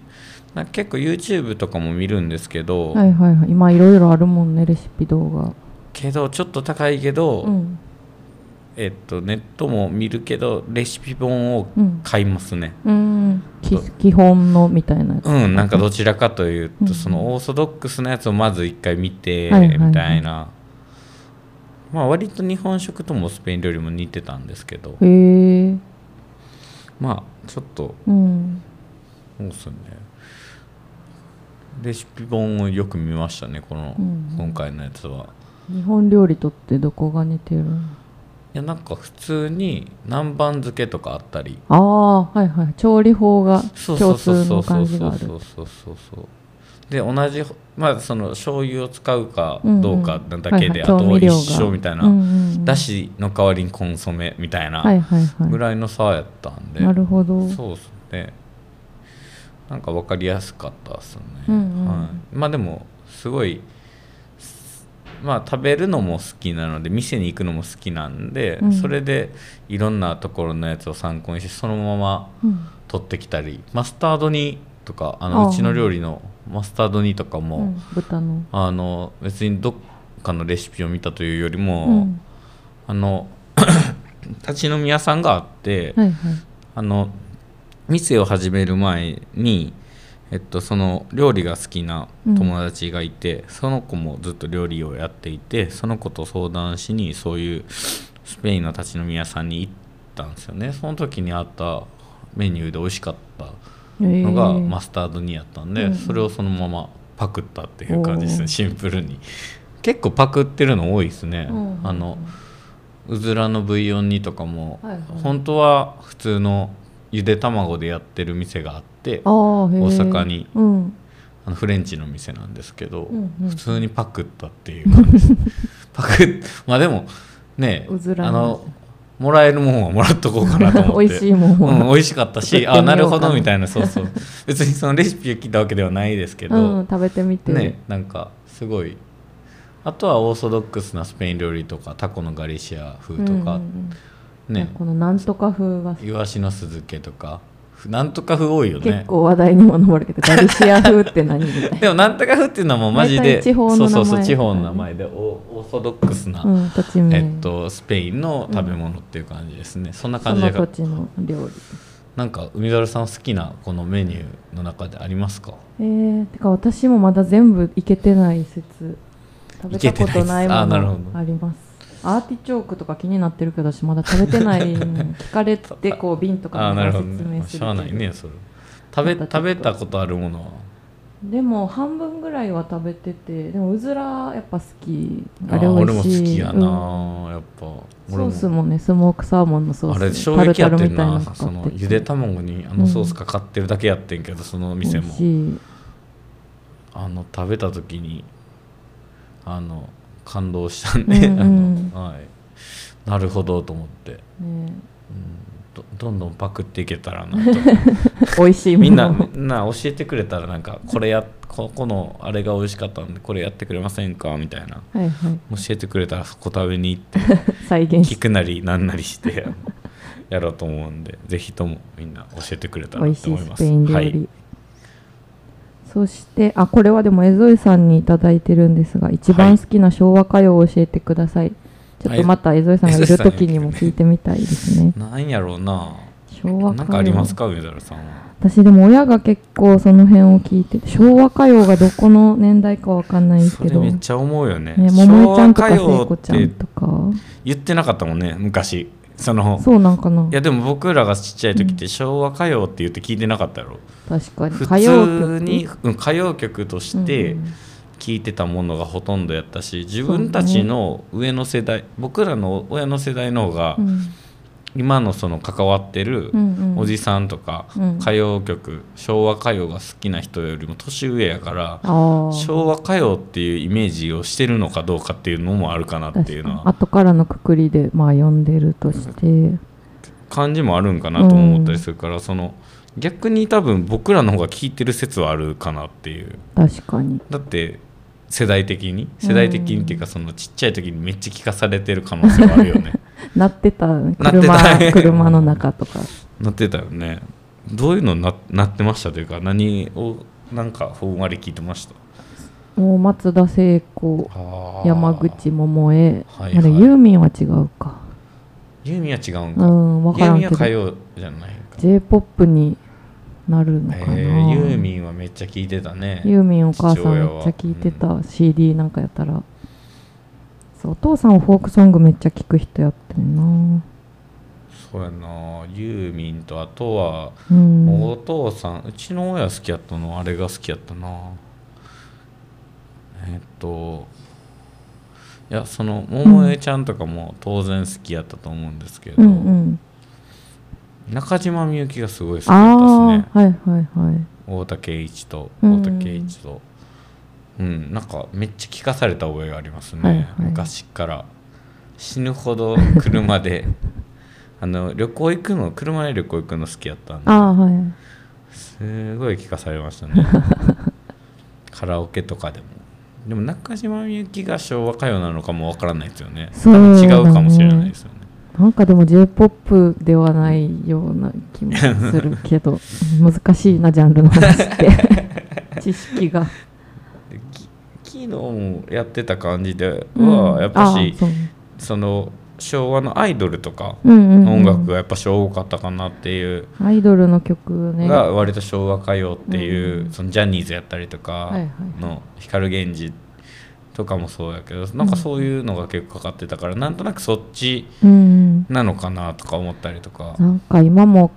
なんか結構 YouTube とかも見るんですけど、はいはいはい今いろいろあるもんねレシピ動画けどちょっと高いけど、うんえっと、ネットも見るけどレシピ本をうん買いますね、うんき基本のみたいなやつうん、なんかどちらかといううと、んそのオーソドックスなやつをまず一回見て、はいはいはいみたいな、まあ割と日本食ともスペイン料理も似てたんですけど、へえまあちょっと、うんそうっすね、レシピ本をよく見ましたね、この、うん今回のやつは。日本料理とってどこが似てるのいや、なんか普通に南蛮漬けとかあったり、ああはいはい調理法がそう共そう通そのうそ感うじそがうあそるうそうそうそうで同じまあその醤油を使うかどうかなんだけで、うんうんはいはいあと調味料が一緒みたいな、うんうんうんだしの代わりにコンソメみたいはいなはいはいぐらいの差やったんで、なるほどそうっすねなんか分かりやすかったっすね、うんうんはい、まあでもすごいすまあ食べるのも好きなので店に行くのも好きなんで、うんそれでいろんなところのやつを参考にしてそのままうん取ってきたりマスタード煮とかあのあうちの料理のマスタード煮とかも、うん豚のあの別にどっかのレシピを見たというよりも、うんあの [coughs] 立ち飲み屋さんがあって、はいはいあの店を始める前に、えっと、その料理が好きな友達がいて、その子もずっと料理をやっていてその子と相談しにそういうスペインの立ち飲み屋さんに行ったんですよねその時にあったメニューで美味しかったのがえーマスタードにやったんで、うんうんそれをそのままパクったっていう感じですおーねシンプルに結構パクってるの多いですね、うんあのうずらのブイヨン煮とかも、はいはい本当は普通のゆで卵でやってる店があってあーへー大阪にうんあのフレンチの店なんですけど、うんうん普通にパクったっていう感じ [laughs] パクっまあでもねうずらあののもらえるもんはもらっとこうかなと思って [laughs] 美味しいもんはうん、美味しかった作っしてみようかあななるほどみたいなそうそう別にそのレシピを聞いたわけではないですけど、うん食べてみてねなんかすごいあとはオーソドックスなスペイン料理とかタコのガリシア風とか、うんうんうんねこのなんとか風がイワシの酢漬けとかふなんとか風多いよね結構話題にも上るけどガリシア風って [laughs] 何みたいなでもなんとか風っていうのはもうマジで大体地方の名前そうそうそう地方の名前でおオーソドックスな、うん土地名えっと、スペインの食べ物っていう感じですね、そんなそ感じので土地の料理なんか海猿さん好きなこのメニューの中でありますかえー、てか私もまだ全部いけてない説食べたことないいけてない説もあーなるほのどありますアーティチョークとか気になってるけど私まだ食べて [laughs] ないの聞かれてこう瓶とあかあ見なたるらほど説ね明まあするしゃあないけねそれ食べ食またちょっとべたことあるものはどでも半分ぐらいは食べててでもうずらやっぱ好きああれー美俺も味好しいきやな、うんやっぱ俺ソースもねスモークサーモンのソースあれに衝撃やってんなタルタルみたいのかかってそのてゆで卵にあのソースかかってるだけやってんけど、その店美も味しいあの食べた時にあの感動したんで、うんうんあのはい、なるほどと思って、ねうん、どどんどん [laughs] パクっていけたらなと美味しいもみのんなみんな教えてくれたらなんかこれやここのあれが美味しかったんでこれやってくれませんかみたいなはいはい教えてくれたらそこ食べに行って再現聞しくなりなんなりして [laughs] あのやろうと思うんでぜひともみんな教えてくれた美ら味としい思いまスすペイン料は理、い、そしてあこれはでも江添さんに頂いいてるんですが一番好きな昭和歌謡を教えてください、ちょっとまた江添さんがいる時にも聞いてみたいですねなんやろうな昭和歌謡なんかありますか梅沢さんは私でも親が結構その辺を聞いてて昭和歌謡がどこの年代かわかんないんですそけれどめっちゃ思うよねね、昭桃江ちゃ和んとか歌聖謡子っちゃんてとか言ってなかったもんね昔そのそうなんかないやでも僕らがちっちゃい時って昭和歌謡って言って聞いてなかったやろ確かに普歌謡通曲にうん歌謡曲としてうん聞いてたものがほとんどやったし自分たちの上の世代僕らの親の世代の方がうん今のその関わってるうんうんおじさんとかうん歌謡曲昭和歌謡が好きな人よりも年上やからあー昭和歌謡っていうイメージをしてるのかどうかっていうのもあるかなっていうの確かには後からのくくりでまあ読んでるとして、感じもあるんかなとも思ったりするからその逆に多分僕らの方が聞いてる説はあるかなっていう確かにだって世代的に世代的にっていうかそのちっちゃい時にめっちゃ聞かされてる可能性はある [laughs] よねなってたなってた車車の中とかなってたよねどういうのななってましたというか何をなんかふんわり聞いてましたもう松田聖子山口百恵、はいあはれいユーミンは違うかユーミンは違うんうか、んユ分かーらんミンはけど歌謡じゃないんか j p o p になるのかな、えーユーミンはめっちゃ聞いてたねユーミンお母さん父めっ親ちはゃ聴いてた CD なんかやったら、そうお父さんはフォークソングめっちゃ聴く人やってんなそうやなユーミンとあとはうんお父さんうちの親好きやったのあれが好きやったなえっといやその桃江ちゃんとかも当然好きやったと思うんですけど、うんうん中島みゆきがすごい好きだったですあねあーはいはいはい太田圭一とうん太田圭一とうん、なんかめっちゃ聞かされた覚えがありますね、はいはい昔から死ぬほ [laughs] ど車であの旅行行くの車で旅行行くの好きやったんでああはいすごい聞かされましたね [laughs] カラオケとかでもでも中島みゆきが昭和歌謡なのかもわからないですよねそうだね違うかもしれないですよねなんかでも j p o p ではないような気もするけ [laughs] ど難しいなジャンルの話って知識ができ昨日もやってた感じでは、うんやっぱあしーそうその昭和のアイドルとかうんうんうんの音楽がやっぱし多かったかなっていう、アイドルの曲ねが割と昭和歌謡っていう、うんそのジャニーズやったりとかはいはいの光源氏とかもそうやけどなんかそういうのが結構かかってたから、なんとなくそっちうんうんなのかなとか思ったりとか、なんか今も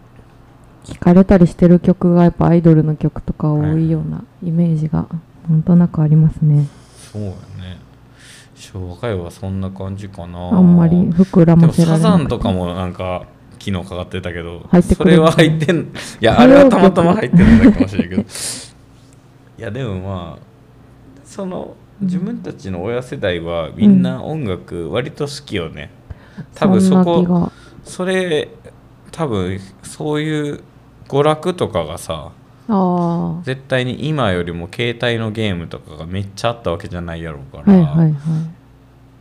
聞かれたりしてる曲がやっぱアイドルの曲とか多いようなイメージがなんとなくありますねそうやね昭和歌謡はそんな感じかなあんまり膨らでまもせらサれザなンいとかもなんか昨日かかってたけど入ってそくるれは入ってんいやあれはたまたま入ってるんだかも [laughs] しれんけどいやでもまあその自分たちの親世代はみんな音楽割と好きよね、多分そんな気こがそれ多分そういう娯楽とかがさあ絶対に今よりも携帯のゲームとかがめっちゃあったわけじゃないやろうかあら、はいはいはい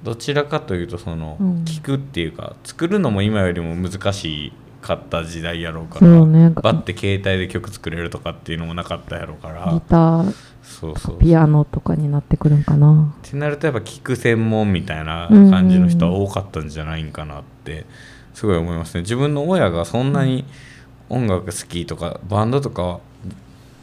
どちらかというとその、うん聞くっていうか作るのも今よりも難しかった時代やろうかそら、うねバッて携帯で曲作れるとかっていうのもなかったやろうかギらターそうそうっピアノとかになってくるんかなてなるとやっぱ聞く専門みたいな感じの人は多かったんじゃないんかなってすごい思いますね自分の親がそんなに音楽好きとかバンドとか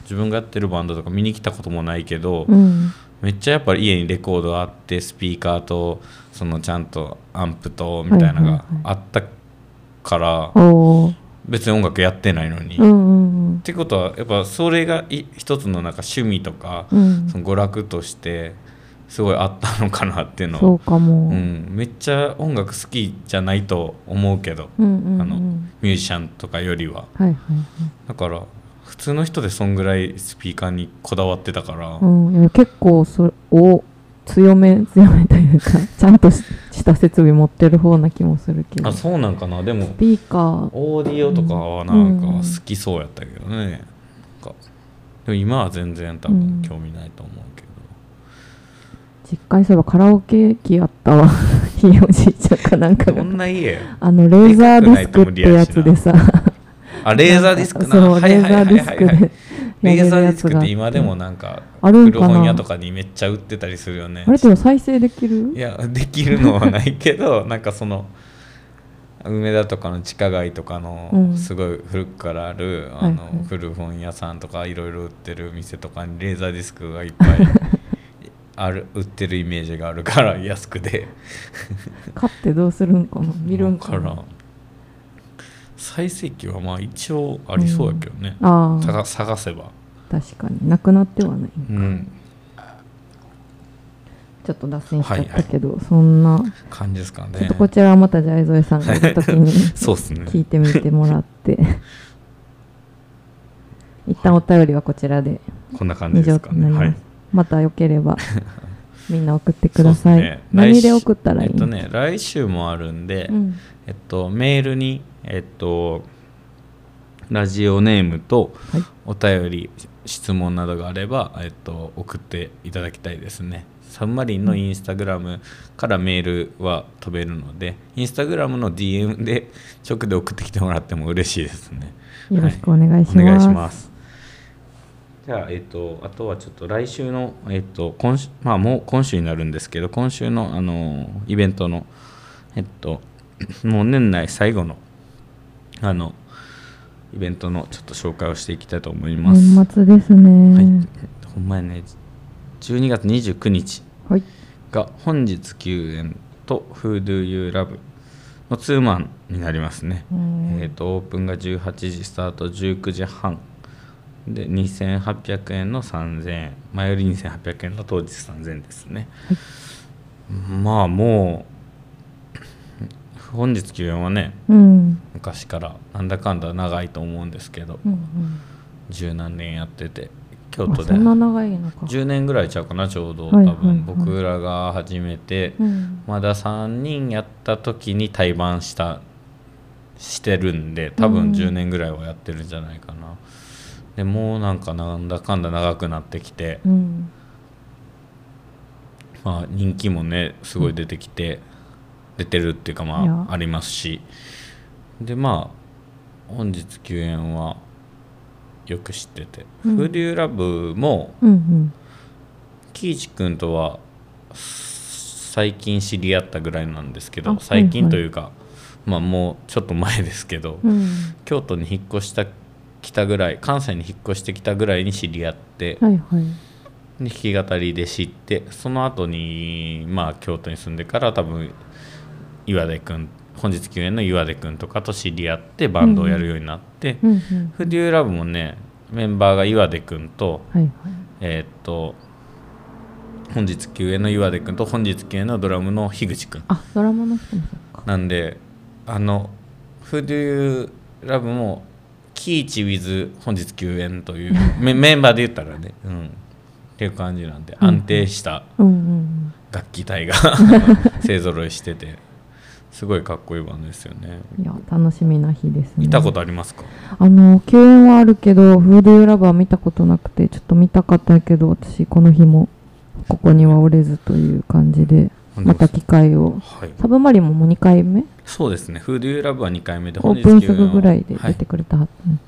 自分がやってるバンドとか見に来たこともないけど、うんめっちゃやっぱり家にレコードあってスピーカーとそのちゃんとアンプとみたいなのはいがはいあったからおおー別に音楽やってないのに。うっんうんてことはやっぱそれがい一つのなんか趣味とかうんうんその娯楽としてすごいあったのかなっていうのそうは、かうも、ん、めっちゃ音楽好きじゃないと思うけど、うんうんうんあのミュージシャンとかよりははいはいはいだから普通の人でそんぐらいスピーカーにこだわってたから、うん、いや結構それを強め強めというかちゃんとしした設備持ってる方な気もするけどあスそうなんかなでもピーカーオーディオとかはなんかうん好きそうやったけどね、なんかでも今は全然多うん分興味ないと思うけど、実家にそういえばカラオケ機あったわひいおじいちゃんかなんかどがんな家あのレーザーディスクってやつでさあレーザーディスクなそうはいはいはいレーはいザーディはスクいでレーザーディやるやつスがクって今でもなんかあるんか古な本屋とかにめっちゃ売ってたりするよねあれってでも再生できるいやできるのはないけど [laughs] なんかその梅田とかの地下街とかうのんすごい古くからある、あはいはのい古本屋さんとかいろいろ売ってる店とかにレーザーディスクがいっ [laughs] ぱいある売ってるイメージがあるから安くで買ってどうするんかな [laughs] 見るんかだからな最盛期はまあ一応ありそうやけどね、あたがあ探せば確かになくなってはないうんちょっと脱線しちゃったけど、そんな、感じですかねちょっとこちらはまたじゃあ江添さんがいるときに [laughs] そうっすね聞いてみても [laughs] らって一旦お便りはこちらでこんな感じ以で上すとかなねります、はいまたよけ [laughs] ればみんな送ってください、そうっすね来何週で送ったらいいえっとね来週もあるんで、うんえっと、メールに、えっと、ラジオネームとはいお便り、質問などがあれば、えっと、送っていただきたいですね。サンマリンのインスタグラムからメールは飛べるので、インスタグラムの DM で直で送ってきてもらっても嬉しいですね。よろしくお願いします,、お願いします。じゃあ、えっ、と、あとはちょっと来週の、えっ、と、今週、まあ、もう今週になるんですけど、今週の、あのーイベントの、えっと、もう年内最後の、あの、イベントのちょっと紹介をしていきたいと思います。年末ですねはい。ほんまやね、12月29日はい、が本日9円と Who Do You Love のツーマンになりますね。うんえー、とオープンが18時スタート19時半で2800円の3000円前より2800円の当日3000円ですね、まあもう本日休園はねうん昔からなんだかんだ長いと思うんですけどうんうん十何年やってて京あ都そでんな長いのか、 10年ぐらいちゃうかなちょうど多はいはいはい分僕らが始めてうん、まだ3人やった時に対バンしたしてるんで多う分ん10年ぐらいはやってるんじゃないかな、でもうなんかなんだかんだ長くなってきて、うんまあ、人気もねすごい出てきて、出てるっていうかいまやあありますしでまあ本日休演はよく知ってて「うん風流ラブ」もうんうん喜一君とは最近知り合ったぐらいなんですけあど最は近いとはいいうか、まあもうちょっと前ですけど、うん京都に引っ越した来たぐらい関西に引っ越してきたぐらいに知り合って、はいはいで弾き語りで知ってその後にまあ京都に住んでから多分岩出君本日休演の岩出君とかと知り合ってバンドをやるようになってうんうん「フデューラブ」もねメンバーが岩出君とはいはいえーっと本日休演の岩出君と本日休演のドラムの樋口君あドラマの人もそうかなんであの「フドゥーラブ」も「キーチ with 本日休演」と [laughs] いうメメンバーで言ったらね、うん、っていう感じなんでうん安定したうんうん楽器隊 [laughs] が勢ぞろいしててすごいかっこいいバンドですよね。うんいや楽しみな日ですね見たことありますかあの休演はあるけどフードゥーラバー見たことなくてちょっと見たかったけど私この日もここにはおれずという感じでまた機会をはい、サブマリンももう2回目そうですね「フードゥーラブ」は2回目でオ本ー日プン休す演ぐはぐらいでは出いてくれたはず、うん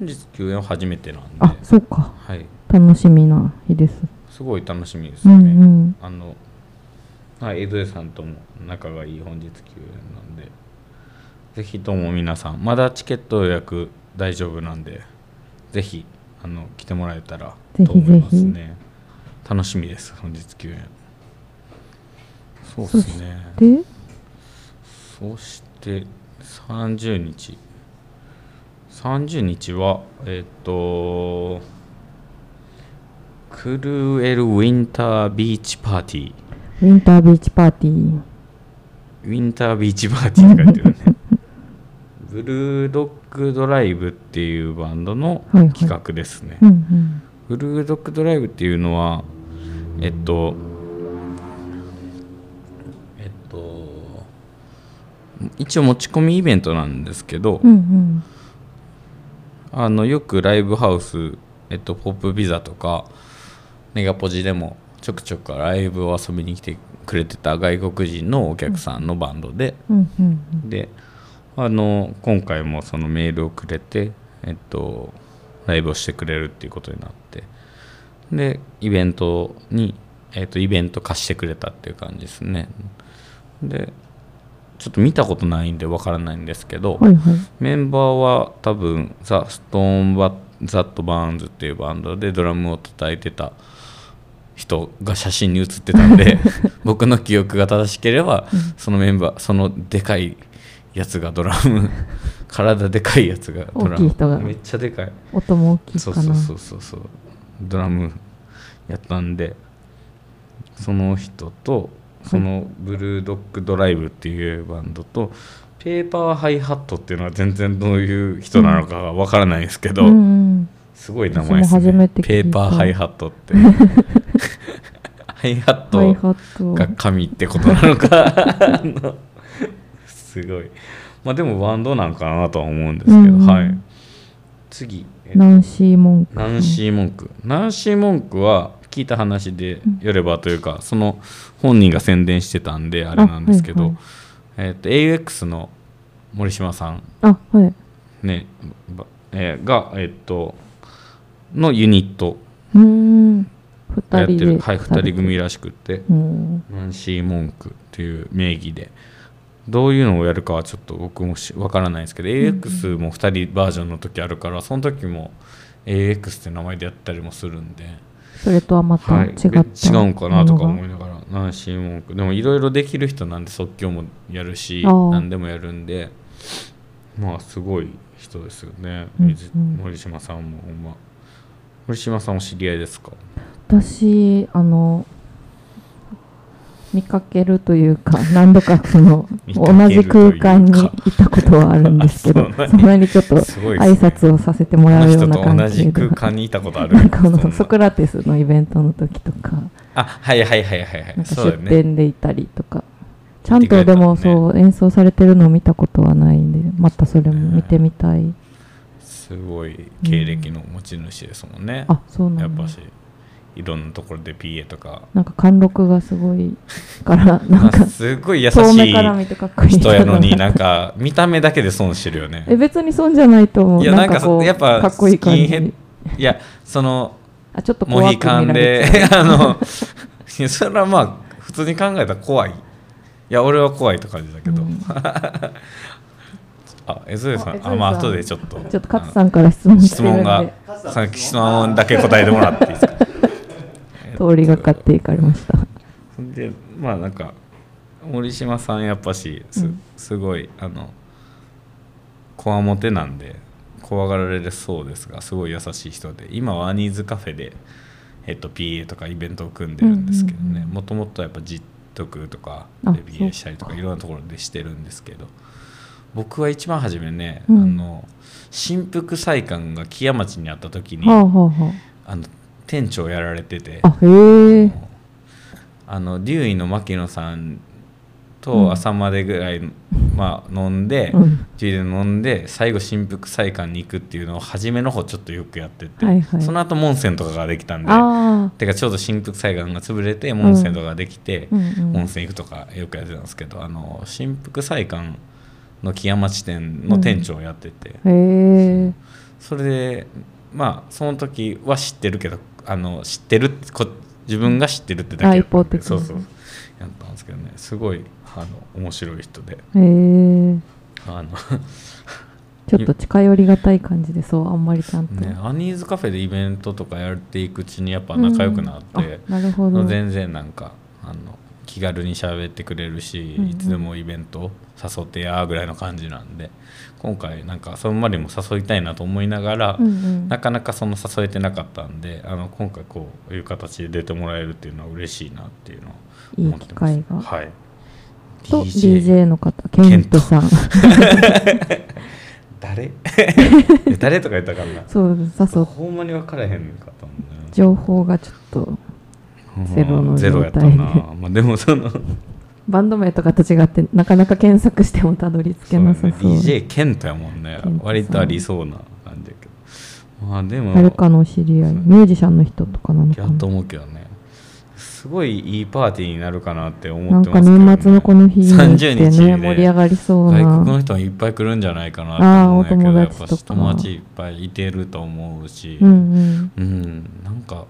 本日休演は初めてなんであそうかはい、楽しみな日ですすごい楽しみですうね。んうんあの、はい、江戸さんとも仲がいい本日休演なんで、ぜひとも皆さん、まだチケット予約大丈夫なんで、ぜひ、あの、来てもらえたらぜひと思いますぜね。楽しみです、本日休演。そうでそすしね。でそして30日30日はえっ、とクルエルウィンタービーチパーティーウィンタービーチパーティーウィンタービーチパーティーって書いてる [laughs] ねブルードッグドライブっていうバンドのはいはい企画ですね、うんうんブルードッグドライブっていうのはえっとえっと一応持ち込みイベントなんですけど、うんうんあのよくライブハウスえっと、ポップビザとかネガポジでもちょくちょくライブを遊びに来てくれてた外国人のお客さんのバンドで、うんうんであの今回もそのメールをくれて、えっと、ライブをしてくれるっていうことになってでイベントに、えっと、イベント化してくれたっていう感じですねでちょっと見たことないんでわからないんですけど、うんはいはいメンバーは多分ザ・ストーンバ・ザット・バーンズっていうバンドでドラムを叩いてた人が写真に写ってたん [laughs] で僕の記憶が正しければそのメンバーそのでかいやつがドラム体でかいやつがドラム大きい人がめっちゃでかい音も大きいそうかそなうそうそうそうドラムやったんでその人とそのブルードッグドライブっていうバンドと、ペーパーハイハットっていうのは全然どういう人なのかがわからないんですけど、うんうんすごい名前です私も初めねてペ聞いたーパーハイハットってハイハッハイハトットが神ってことなのかあのすごいまあでもバンドなんかなとは思うんですけど、うんうんはい次、えっとナンシー・モンクナンシー・モンクナンシー・モンクは聞いた話でよればというか、その本人が宣伝してたんであれなんですけど、あはいえっと AUX の森島さん、あはいねばえーが、えっとのユニットうーんがや2って人るではい、2人組らしくって、うんナンシー・モンクっていう名義でどういうのをやるかはちょっと僕もしわからないですけど、AX も2人バージョンの時あるからその時も AX って名前でやったりもするんで、それとはまたはい、違違った、うんかなとか思いながらナンシー・モンクでもいろいろできる人なんで即興もやるしあー何でもやるんでまあすごい人ですよね、うん水うん森島さんもほんま森島さんお知り合いですか私あの見かけるというか何度かその見かける同じ空間にというかいたことはあるんですけそどうなんや [laughs] そんなにちょっとすごい挨拶をさせてもこらのうよう人なと感同じじで空間にいたことあるなんかあそんのなソクラテスのイベントの時とかあはいはいはいはいはいなんかそうだ出よね店でいたりとか、ちやゃっんてくれとたでもんねもそう演奏されてるのを見たことはないんでまたそれも見てみたいすごい経歴の持ち主ですもんね、あそうなやっんだぱしいろんなところで PA とかなんか貫禄がすごいからなん [laughs] まかあすごい優し遠目いから見てかっこいい人やのにだなんか見た目だけで損してるよねえ別に損じゃないと思ういやなんかこうやっぱかっこいい感スキンヘッじいやそのあちょっとモ怖ヒくカ見ンらでれち [laughs] ゃあのいやそれはまあ普通に考えたら怖いいや俺は怖いって感じだけど、うん [laughs] あ江添さあ江添んさあんまあ後でちょっとう [laughs] ちょっと勝さんから質問し質てるん問でがさっき質問だけ答えてもらっていいですか通りがかっていかれましたでまあなんか森島さんやっぱしす,、うんすごいあのこわもてなんで怖がられるそうですがすごい優しい人で今はアニーズカフェで、えっと、PA とかイベントを組んでるんですけどうんうんねうんもともとやっぱ実得とかあレビューしたりとかそうかいろんなところでしてるんですけど僕は一番初めね、うんあの新福祭館が木屋町にあった時に、はあはあはあの店長やられててああへえあのデューイの牧野さんうとん朝までぐらい、まあ飲んで、うんデューイで飲んで最後新福祭館に行くっていうのを初めの方ちょっとよくやってて、はいはいその後門線とかができたんでああてかちょうど新福祭館が潰れて門線とかができて、うんうん温泉行くとかよくやってたんですけどあの新福祭館の木屋町店の店長をやってて、へえそれでまあその時は知ってるけどあの知ってるこ自分が知ってるってだけやったんあ一方的でにそうそうやったんですけどねすごいあの面白い人でへえ [laughs] あの、ちょっと近寄りがたい感じでそうあんまりちゃんと、ね、アニーズカフェでイベントとかやっていくうちにやっぱ仲良くなってう、んあなるほど全然なんかあの気軽に喋ってくれるし、うんうんいつでもイベント誘ってやーぐらいの感じなんで今回なんかそのまでも誘いたいなと思いながら、うんうんなかなかその誘えてなかったんであの今回こういう形で出てもらえるっていうのは嬉しいなっていうのはいい思っ機てます会が、はいと DJ の方ケントさん [laughs] 誰誰とか言ったからなそう誘っほんまに分からへんかったもんね情報がちょっとうんゼロのゼロやったな状態でまあでも [laughs] そのバンド名とかと違ってなかなか検索してもたどり着けなさそうそうね DJ ケントやもんねケントさん割とありそうな感じやけどまあでも誰かのお知り合いミュージシャンの人とかなのかやなと思うけどねすごいいいパーティーになるかなって思なっんてまかすけど、ね、年末のこの日に行って30日でね盛り上がりそう外国のな人もいっぱい来るんじゃないかなと思うんだけどあーおや友っ達ぱとか友達いっぱいいてると思うし、うんうんうんなんか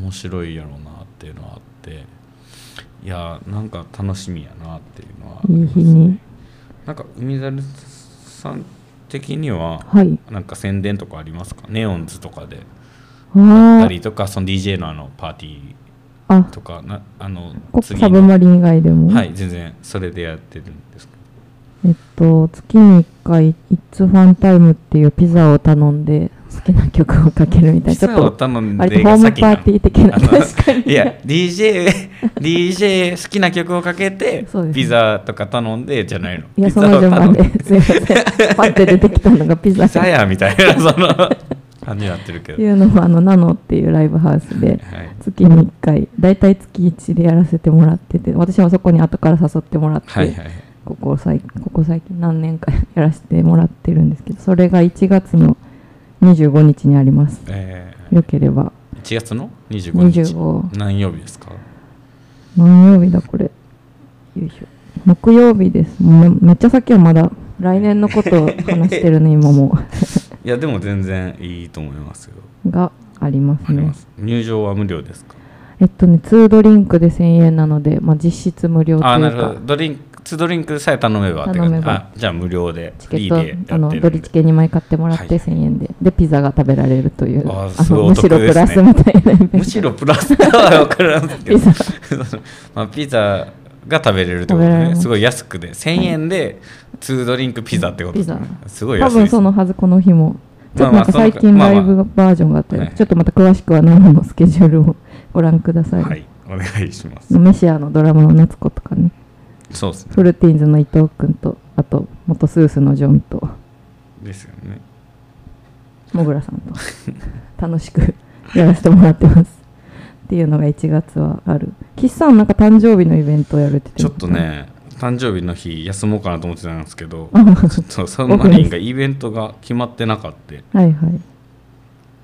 面白いやろうなっていうのはあっていやなんか楽しみやなっていうのは、いい日になんか海猿さん的には、はいなんか宣伝とかありますかネオンズとかでああったりとかその DJ のあのパーティあーあとかなあのこ次サブのマリン以外でも、はい全然それでやってるんですけえっと月に1回「It's Fun Time」っていうピザを頼んで好きな曲をかけるみどたいなちピょっザをと頼ん割でとホーム先パなーティー的なあの確かにいや [laughs] DJ, DJ 好きな曲をかけてそうですねピザとか頼んでじゃないのいやピザそをの順頼番んですいませんパッて出てきたのがピザピザやみたいなその [laughs] 感じになってるけどっていうのもあのナノっていうライブハウスではい月に1回だいたい月1でやらせてもらってて私もそこに後から誘ってもらって、はいはいここ最ここ最近何年かやらせてもらってるんですけどそれが1月の25日にありますえーよければ1月の25日25何曜日ですか何曜日だこれよいしょ木曜日ですめめっちゃ先はまだ来年のことを話し [laughs] てるね今もいやでも全然いいと思いますよがありますありねます入場は無料ですかえっとね2ドリンクで1000円なので、まあ、実質無料というかあなるほどドリンクツードリンクさえ頼めばって感じ頼めばあじゃあ無料でチフケリッートでやってあるんのでドリチケ2枚買ってもらっはいはてい1000円で、でピザが食べられるというあーあすごいのおむ得しろプラスみたいなイベントむしろプラスかは分からんけどピザ [laughs] まあ、ピザが食べれるってこと食べられねますすごい安くで1000円で2ドリンクピザってことですねピザすごい多安いで分すそねのはずこの日もちょっとまあまあなんか最そう近かまあラまあイブバージョンがあったり、はいちょっとまた詳しくは何のスケジュールをご覧ください、はいお願いしますメシアのドラマの夏子とかねそうですフねルティーンズの伊藤君とあと元スースのジョンとですよねもぐらさんと [laughs] 楽しくやらせてもらってますっていうのが1月はある岸さんなんか誕生日のイベントをやるって言ってちょまっしたと [laughs] ね誕生日の日休もうかなと思ってたんですけどちょっとそん僕なですにがイベントが決まってなかったはいはい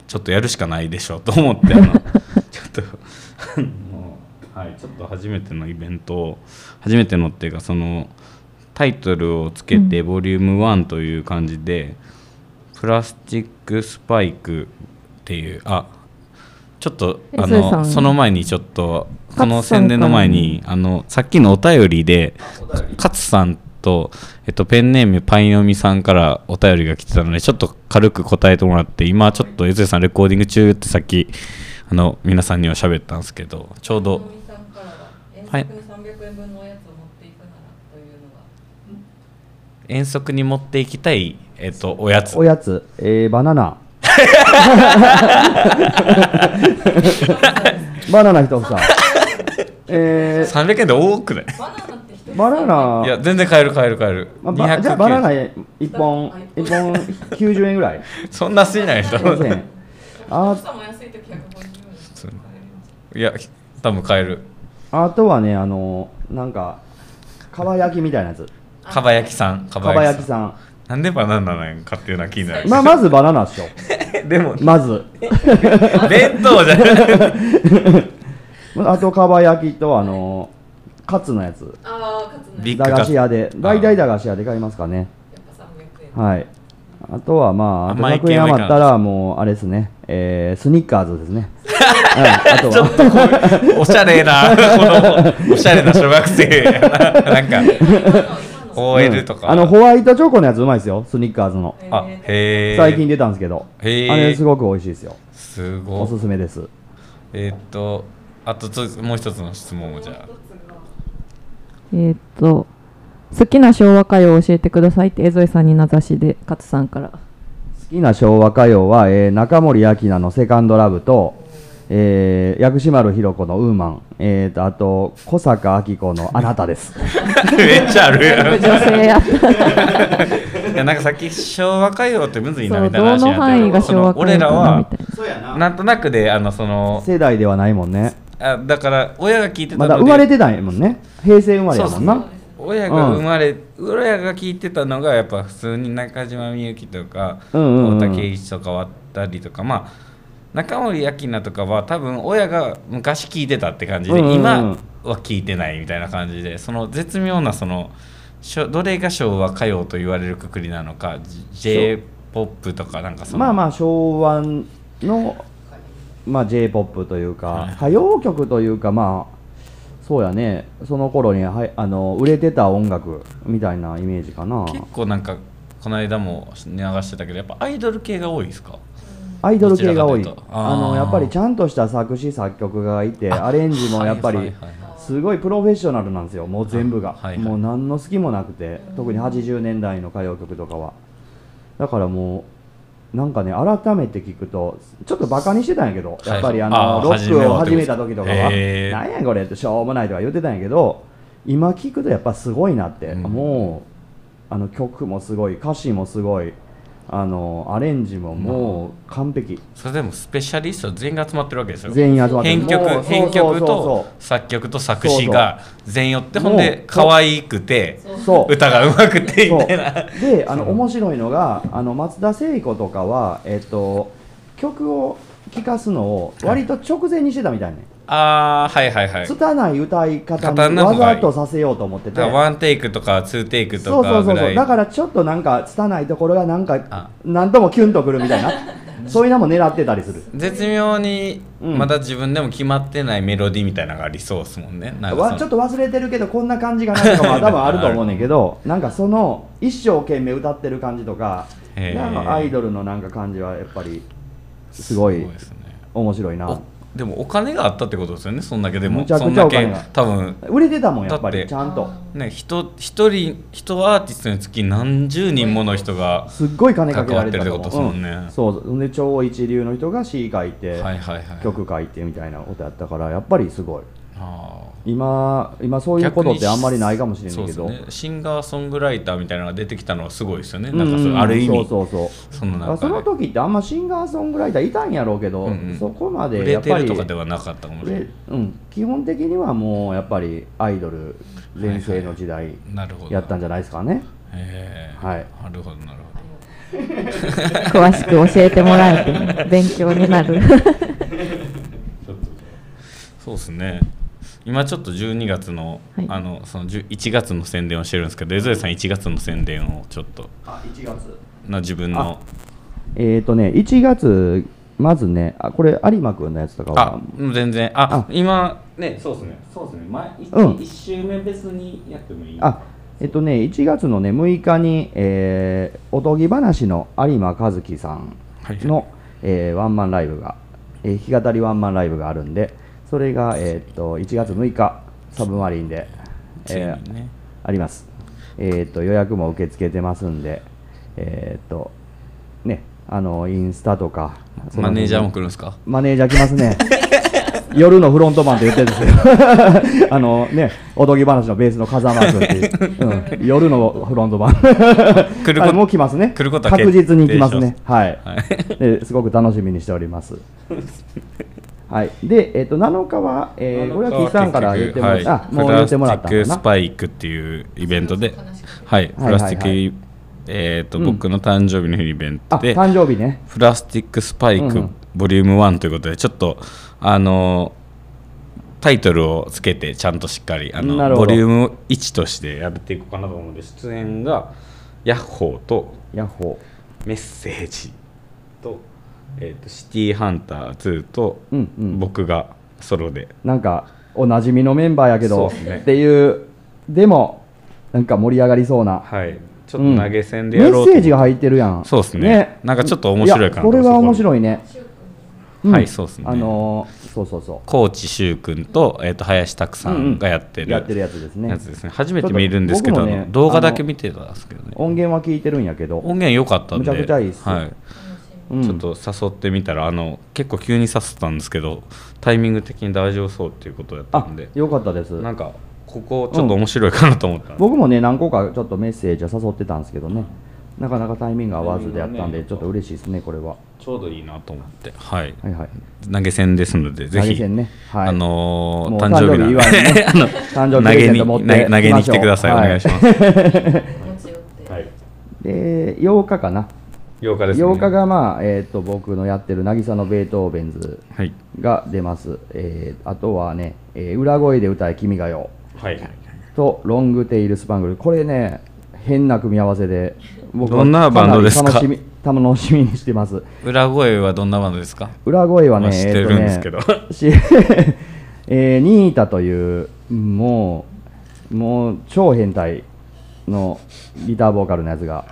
ちょっとやるしかないでしょと思ってあの [laughs] ちょっとあのはいちょっと初めてのイベントを初めてのっていうかそのタイトルをつけて、うんボリューム1という感じでプラスチックスパイクっていうあちょっとえあそれさんのその前にちょっとこの勝さん宣伝の前にあのさっきのお便りで勝さんと、えっと、ペンネームパイのみさんからお便りが来てたのでちょっと軽く答えてもらって今ちょっと江添さんレコーディング中ってさっきあの皆さんには喋ったんですけどちょうどさんからは遠はい足に300円分のおやつを持っていくならというのが遠足に持っていきたい、えっと、おやつおやつ、えー、バナ [laughs] ナバナナ一房え300円で多くないー、バナナいや全然買える買える買えるまあばじゃあバナナ290 1本1本90円ぐらいそんなしない人5 0円あ朝も安い時150 [laughs] 円いや多分買えるあとはねあのなんかかば焼きみたいなやつかば焼きさんかかばば焼焼ききさんさんなんでバナナなんかっていうのは気になるまあまずバナナっしょでもまず弁当じゃなくてあとかば焼きとあのカツのやつああ勝つねビッ駄グカ菓子ツ屋で大体駄菓子屋で買いますかねやっぱ300 [laughs] 円はい。あとはまあ、あと甘い100系円はいかん余ったら、もう、あれですね、えー、スニッカーズで [laughs] すね。はい、あとちょっは、とこうおしゃれなこのおしゃれな小学生やななんか OL とか、うんあの、ホワイトチョコのやつうまいですよ、スニッカーズの。あへえ最近出たんですけど、へーあれすごく美味しいですよ。すごおいすすめです。えーっとあとつもう一つの質問をじゃえーっと好きな昭和歌謡を教えてくださいって江添さんに名指しで勝さんから好きな昭和歌謡は、えー中森明菜の「セカンドラブと」えー薬師丸ひろ子の「ウーマン」えーとあと小坂明子の「あなた」です。あ [laughs] めっちゃあるやん女 [laughs] 性やったいやなんかさっき昭和歌謡ってむずいなそうみたいな話どの範囲が昭和歌謡歌謡俺らかなみはたいななんとなくであのその世代ではないもんね。あだから親が聞いてたのまでだ生まれてないもんね。平成生まれやもんな。そう親が生まれ、親が聞いてたのがやっぱ普通に中島みゆきとかうんうんうん太田圭一とかわったりとかまあ中森明菜とかは多分親が昔聞いてたって感じで、うんうんうん今は聞いてないみたいな感じでその絶妙なそのしょどれが昭和歌謡と言われるくくりなのか j p o p とかなんかそのまあまあ昭和の、まあ、j p o p というか、はい歌謡曲というかまあそうやねその頃にはあの売れてた音楽みたいなイメージかな結構なんかこの間も流してたけどやっぱアイドル系が多いですかアイドル系が多いどちらかというとあーあのやっぱりちゃんとした作詞作曲家がいてあアレンジもやっぱはいりはいはいはすごいプロフェッショナルなんですよもう全部が、はいはいもう何の隙もなくて特に80年代の歌謡曲とかはだからもうなんかね改めて聞くとちょっとバカにしてたんやけど、いやっぱりあのあーロックを初始めめはたって時こととですかは、へーなんやこれってしょうもないとか言ってたんやけど今聞くとやっぱすごいなって、うんもうあの曲もすごい歌詞もすごいあのアレンジももう完璧、それでもスペシャリスト全員が集まってるわけですよ全員集まってる編曲もう編そうそう曲そうとそう作曲と作詞が全員寄ってもほうんで可愛くてそう歌がうまくてそうみたいなであの面白いのがあの松田聖子とかは、えっと、曲を聴かすのを割と直前にしてたみたいね、ああはいはいはい拙い歌い方方にのわ方がざとさせようと思っててだからワンテイクとかツーテイクそとうそかうぐそうらそういだからちょっとなんか拙いところがなんあか何ともキュンとくるみた [laughs] いなそういうのも狙ってたりする絶妙にうんまだ自分でも決まってないメロディーみたいなのがありそうですもんねなんかそわのちょっと忘れてるけどこんな感じがないと [laughs] かも多分あると思うねんけどなんかその一生懸命歌ってる感じとかへーなんかアイドルのなんか感じはやっぱりすごいですね面白いなおでもお金があったってことですよねそんだけでもむちゃくちゃそんだけお金が多分売れてたもんやっぱだっりてちゃんとね人一人一アーティストにつき何十人もの人がすっごい金かけられてた関わってるってことですもんねうんそうほんで超一流の人が詩書いて、はいはいはい曲書いてみたいなことやったからやっぱりすごいああ今今そういうことってあんまりないかもしれないけどそうですね、シンガーソングライターみたいなのが出てきたのはすごいですよね、うんなんかそうある意味そうそうそうそのだ中からでその時ってあんまシンガーソングライターいたんやろうけど、うんうんそこま売でやれってぱるりとかではなかったかもしれなでいうん、基本的にはもうやっぱりアイドル全盛の時代なるほどやったんじゃないですかね、ええはいなるほどなるほ詳しく教えてもらえて勉強 [laughs] になるどそうですね今ちょっと12月の,、はいあのその10 1月の宣伝をしてるんですけど江添さん1月の宣伝をちょっとあ1月な自分のえっ、ー、とね1月まずねあこれ有馬君のやつとかあは全然ああ今ねそうですねそうですね前一うん一周目別にやってもいいあえっ、とね1月のね6日に、えーおとぎ話の有馬和樹さんはいの、えーワンマンライブが、えー弾き語りワンマンライブがあるんでそれが、えー、と1月6日サブマリンで、ついえーにね、あります、えー、と予約も受け付けてますんでえっ、とねあのインスタとかマネージャーもその来るんですかマネージャー来ますね [laughs] 夜のフロントマンって言ってるんですよ [laughs] あのねおとぎ話のベースの風間君っていう、うん、夜のフロントマン来るあこれもう来ますね来ることは確実に来ます決定ねしはい、はいですごく楽しみにしておりますはいで、えっと7日は、えー、これは岸さんから言ってもらった、はいあもう言ってもらったプラのスチッかなクスパイクっていうイベントで悲しくてはいプラスチック、はいはいえっ、と、うん僕の誕生日の日イベンあトで誕生日ねプラスチックスパイうんうクんボリューム1ということでちょっとあのタイトルをつけてちゃんとしっかりあなるのほボどリューム1としてやっていこうかなと思うので出演がヤッホーとヤッホメッセージと,、えー、とシティーハンター2と、ーうんうん僕がソロでなんかおなじみのメンバーやけどそうっすねっていうでもなんか盛り上がりそうなはいちょうっんと投げ銭でやろうと思って、メッセージが入ってるやんそうっすねなんかちょっと面白いかなやこれは面白いねうんはいそうっすねあのーそうそうそう高知修君と,、えー、と林拓さんがやってる,、やってるやつですねやつですね初めて見るんですけちど、ょっと僕もね動画だけ見てたんですけどね音源は聞いてるんやけ音ど、源良かったんでむちゃくちゃいいっすはいうんちょっと誘ってみたらあの結構急に誘ったんですけどタイミング的に大丈夫そうっていうことだったあんでよかったですなんかここちょっと面白いかなと思ったんで、僕もね何個かちょっとメッセージは誘ってたんですけどねなかなかタイミングが合わずでやったタんイミングがでねちょっと嬉しいですねこれはちょうどいいなと思って、はい、はいはい投げ銭ですので、ぜ投げひ、銭ねはいあのーもう誕生日なん誕生日祝いにね [laughs] あの誕生日プレゼント持って投げに投げ投げに来てください、行きましょうお願いします。持ち寄っ [laughs] て、はい、で8日かな、 8日です、ね。 8日、が、まあえー、と僕のやってる渚のベートーベンズはい、が出ます、えーあとはね、えー裏声で歌え君が代はい、とロングテイルスパングルこれね変な組み合わせで僕はどんなバンドですかなり楽しみ楽しみにしてます裏声はどんなバンドですか裏声はね、まあ知ってるんですけどえっとね [laughs] しえーニータというもうもう超変態のギターボーカルのやつが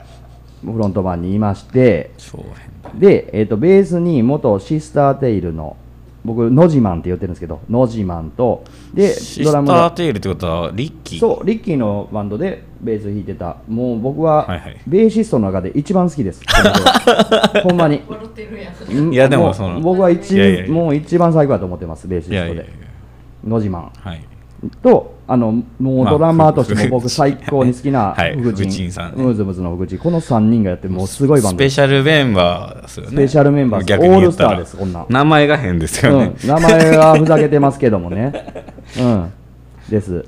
フロントマンにいまして超変で、えー、とベースに元シスターテイルの僕ノジマンって言ってるんですけどノジマンとでシドスタラムのーテイルってことは、リッキー。そうリッキーのバンドでベース弾いてたもう僕ははいはいベーシストの中で一番好き [laughs] です、この人はほんまに笑ってるやん。んいやでもうその僕は一いやいやいやもう一番最高だと思ってますベーシストいでやいやいや、のじまはい。んとあのもうまあドラマーとしてふふも僕最高に好きなはい福福神神さんねムーズムズの福神この3人がやってもうすごいバスンドペですシャルメンバーですよね。スペシャルメンバーです逆に言ったらオールスターですこんなん名前が変ですよね。うん、名前はふざけてますけどもねうんですはい。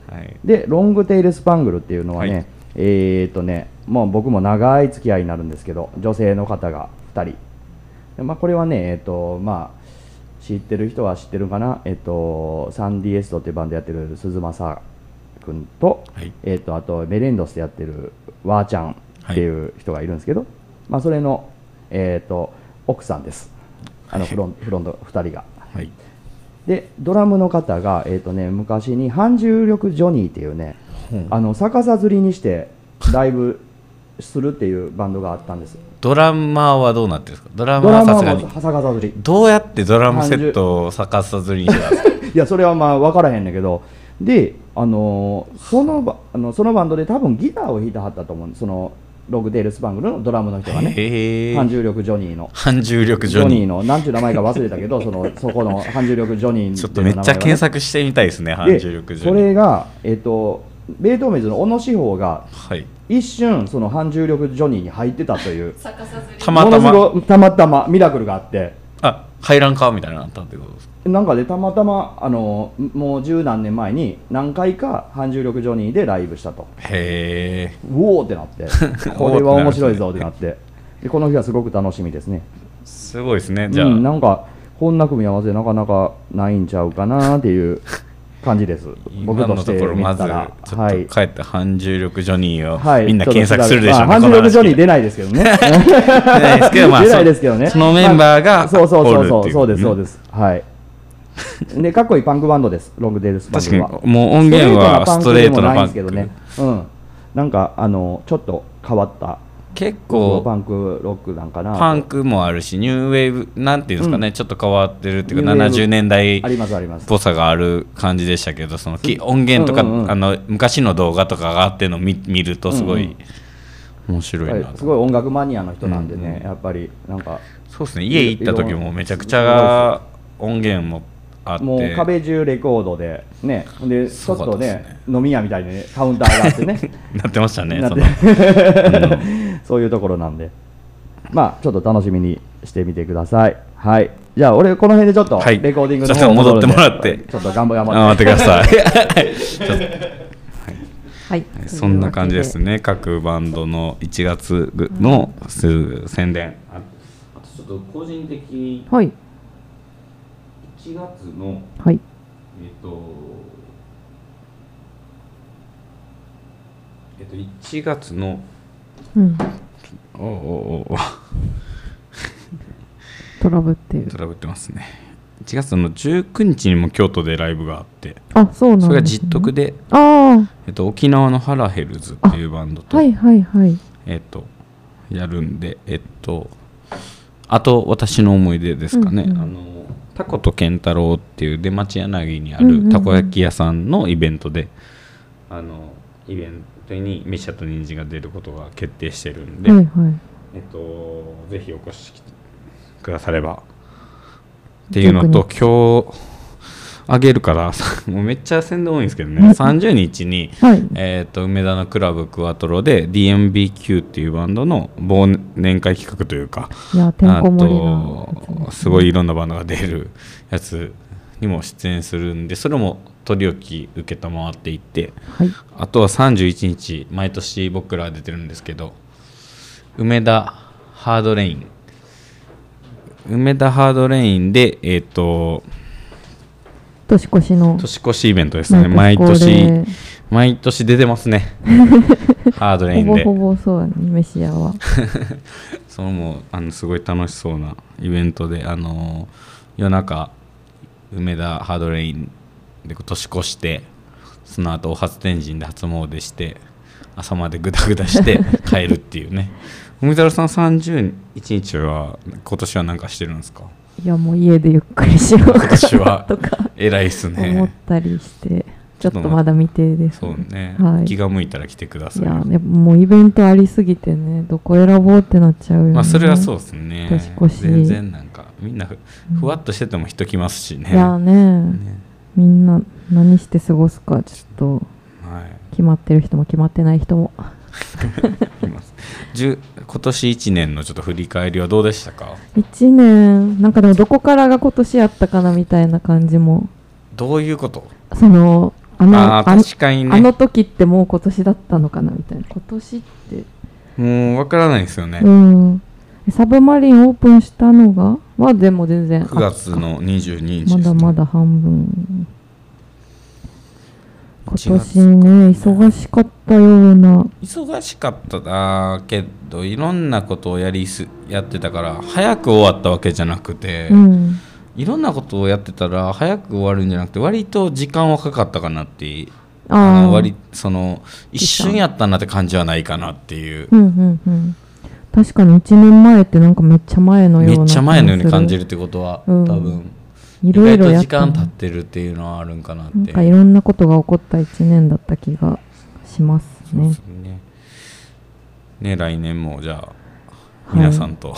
でロングテイルスパングルっていうのはね、はいえーっとねもう僕も長い付き合いになるんですけど女性の方が2人で、まあ、これはねえーっとまあ知ってる人は知ってるかなえーっとサンディエストっていうバンドやってる鈴正君と,、はいえーっとあとメレンドスでやってるワーちゃんっていう人がいるんですけど、まあそれのえーっと奥さんですあのフロンフロント2人がはい。でドラムの方が、えーとね、昔に半重力ジョニーっていうね、あの逆さ吊りにしてライブするっていうバンドがあったんですドラマーはどうなってるんですかドラドマーラはマさはすがもうに。逆さ吊りどうやってドラムセットを逆さずりにしてたんですか [laughs] いやそれはまあ分からへんねんけどで、あのーそのばあのそのバンドで多分ギターを弾いてはったと思うそのログデールスパングルのドラムの人 [laughs] がねへ半ー重力ジョニーの。半重力ジジョョニーニー。の何ていう名前か忘れたけどそのそこの半重力ジョニーちょってというめ名っちゃ前がね検索してみたいですね、半で重力ジョそニー。れが、えっと、ベートーベンズの小野志保がはい。一瞬その反重力ジョニーに入ってたという逆さずり。たまたものすま、ごいたまたまミラクルがあってあ、入らんかみたいなのあったってことですかなんかでたまたまあのもう十何年前に何回か反重力ジョニーでライブしたとへうおーってなって [laughs] これは面白いぞってなってでこの日はすごく楽しみですねーすごいですね。じゃあ、うん、なんかこんな組み合わせなかなかないんちゃうかなっていう感じです僕今とのしてところ見まてずちたょらっと帰って半重力ジョニーはをい、みんな検索するでしょうねまあ、こハンのド話ルジョニー出ないですけどね。出ないですけ [laughs] どまあ出ないですけどね。そのメンバーがまあそうそうそうそ、おるっていううそうです、そうです。はい。で、かっこいいパンクバンドです、ロングデールスパン確クはか。にもう音源はストレートなパンクストレートなパンクでもないんですけどね。うん。なんか、あの、ちょっと変わった、結パ構ンクロックなんかな。パンクもあるしニューウェーブなんていうんですかね、ちょっと変わってるっていうかニューウェーブ70年代あっります、あります。ぽさがある感じでしたけどそのき音源とか、うんうんうんあの昔の動画とかがあっての見見るとすごいうん面白いなと、すごい音楽マニアの人なんでね、うんうんやっぱり、なんか、そうですね家行った時もめちゃくちいろゃ音源もあってもう壁中レコードで、ね、で、ちょっとそうですねね、飲み屋みたいにね、カウンターがあってね。 [laughs] なってましたねなっそての [laughs] [laughs] そういうところなんで、まあ、ちょっと楽しみにしてみてください。はい。じゃあ、俺、この辺でちょっと、はいレコーディングのちょっと方戻るんで戻ってもらってちょっと頑張頑頑張張っってて。くださいちょっと [laughs] はいそんな感じですね各バンドの1月ぐのす宣伝あちょっと個人的にはい1月のはいえっとえっと1月のうんおうおうおうトラブってるトラブってますね1月の19日にも京都でライブがあってあそうなんです、ね、それが実得で、あえっと、沖縄のハラヘルズっていうバンドあと、はいはいはいえっと、やるんで、えっと、あと、私の思い出ですかね、うんうんあの、タコと健太郎っていう出町柳にあうんうんうるんたこ焼き屋さんのイベントで、あの、イベントにメシャと人参が出ることが決定してるんで、はいはいえっと、ぜひお越しくだされば。っていうのと、今日、あげるから、 [laughs] さもうめっちゃ宣伝多いんですけどね、30日に、はいえー、と梅田のクラブクワトロで DMBQ っていうバンドの忘年会企画というか、いやてんこ盛りなやつですねあとすごいいろんなバンドが出るやつにも出演するんでそれも取り置き受けたまわっていてはいあとは31日毎年僕ら出てるんですけど梅田ハードレイン梅田ハードレインでえっ、と年越しの年越しイベントですね毎毎年恒例年毎年出てます [laughs] ねハードレイほンぼでほぼそうやね飯屋は [laughs] そのもうあのすごい楽しそうなイベントで、あの夜中梅田ハードレインで年越してその後お初天神で初詣して朝までぐだぐだして [laughs] 帰るっていうね海猿さん31日は今年は何かしてるんですかいやもう家でゆっくりしようかな私は [laughs] とか偉いっす思っねたりしてちちょょっっととまだ未定ですそうね、はい気が向いたら来てくださいいやでももうイベントありすぎてねどこ選ぼうってなっちゃうよねまあそれはそうですね年越し全然なんかみんなふうんふわっとしてても人来ますしねいやねねみんな何して過ごすかちょっとはい決まってる人も決まってない人もいますじゅ今年1年のちょっと振り返りはどうでしたか1年なんかでもどこからが今年やったかなみたいな感じもどういうことそのあのああー確かにねあの時ってもう今年だったのかなみたいな今年って、もうわからないですよね、うんサブマリンオープンしたのがはでも全然9月の22日です、まね、だまだ半分今1年月ね忙しかったような忙しかっただけどいろんなことをやりすやってたから早く終わったわけじゃなくて、うんいろんなことをやってたら早く終わるんじゃなくて割と時間はかかったかなってああの割その一瞬やったなって感じはないかなっていううんうんうん確かに1年前ってなんかめっちゃ前のようめなっちゃ前のように感じるるってことは、うん多分いろいろ意や外とっ時た間な経ってるっていうのはあるんかなってなんかいろんなことが起こった1年だった気がしますそうでねすねね来年もじゃあはい皆さんと、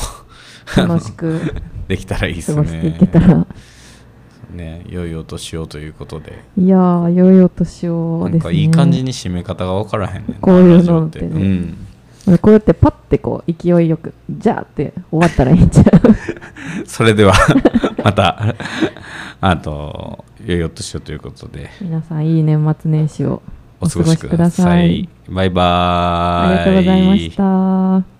楽 [laughs] しくできたらいいです過ねごしていけたらね良いお年をということでいやー良いお年をなでんすかねいい感じに締め方が分からへんねんなこういうのラジオってねうんこうやってパッてこう勢いよくじゃあって終わったらいいんちゃ [laughs] それでは [laughs] またあと良いお年をということでう皆さんいい年末年始をお過ごしくださいバイバーイありがとうございました。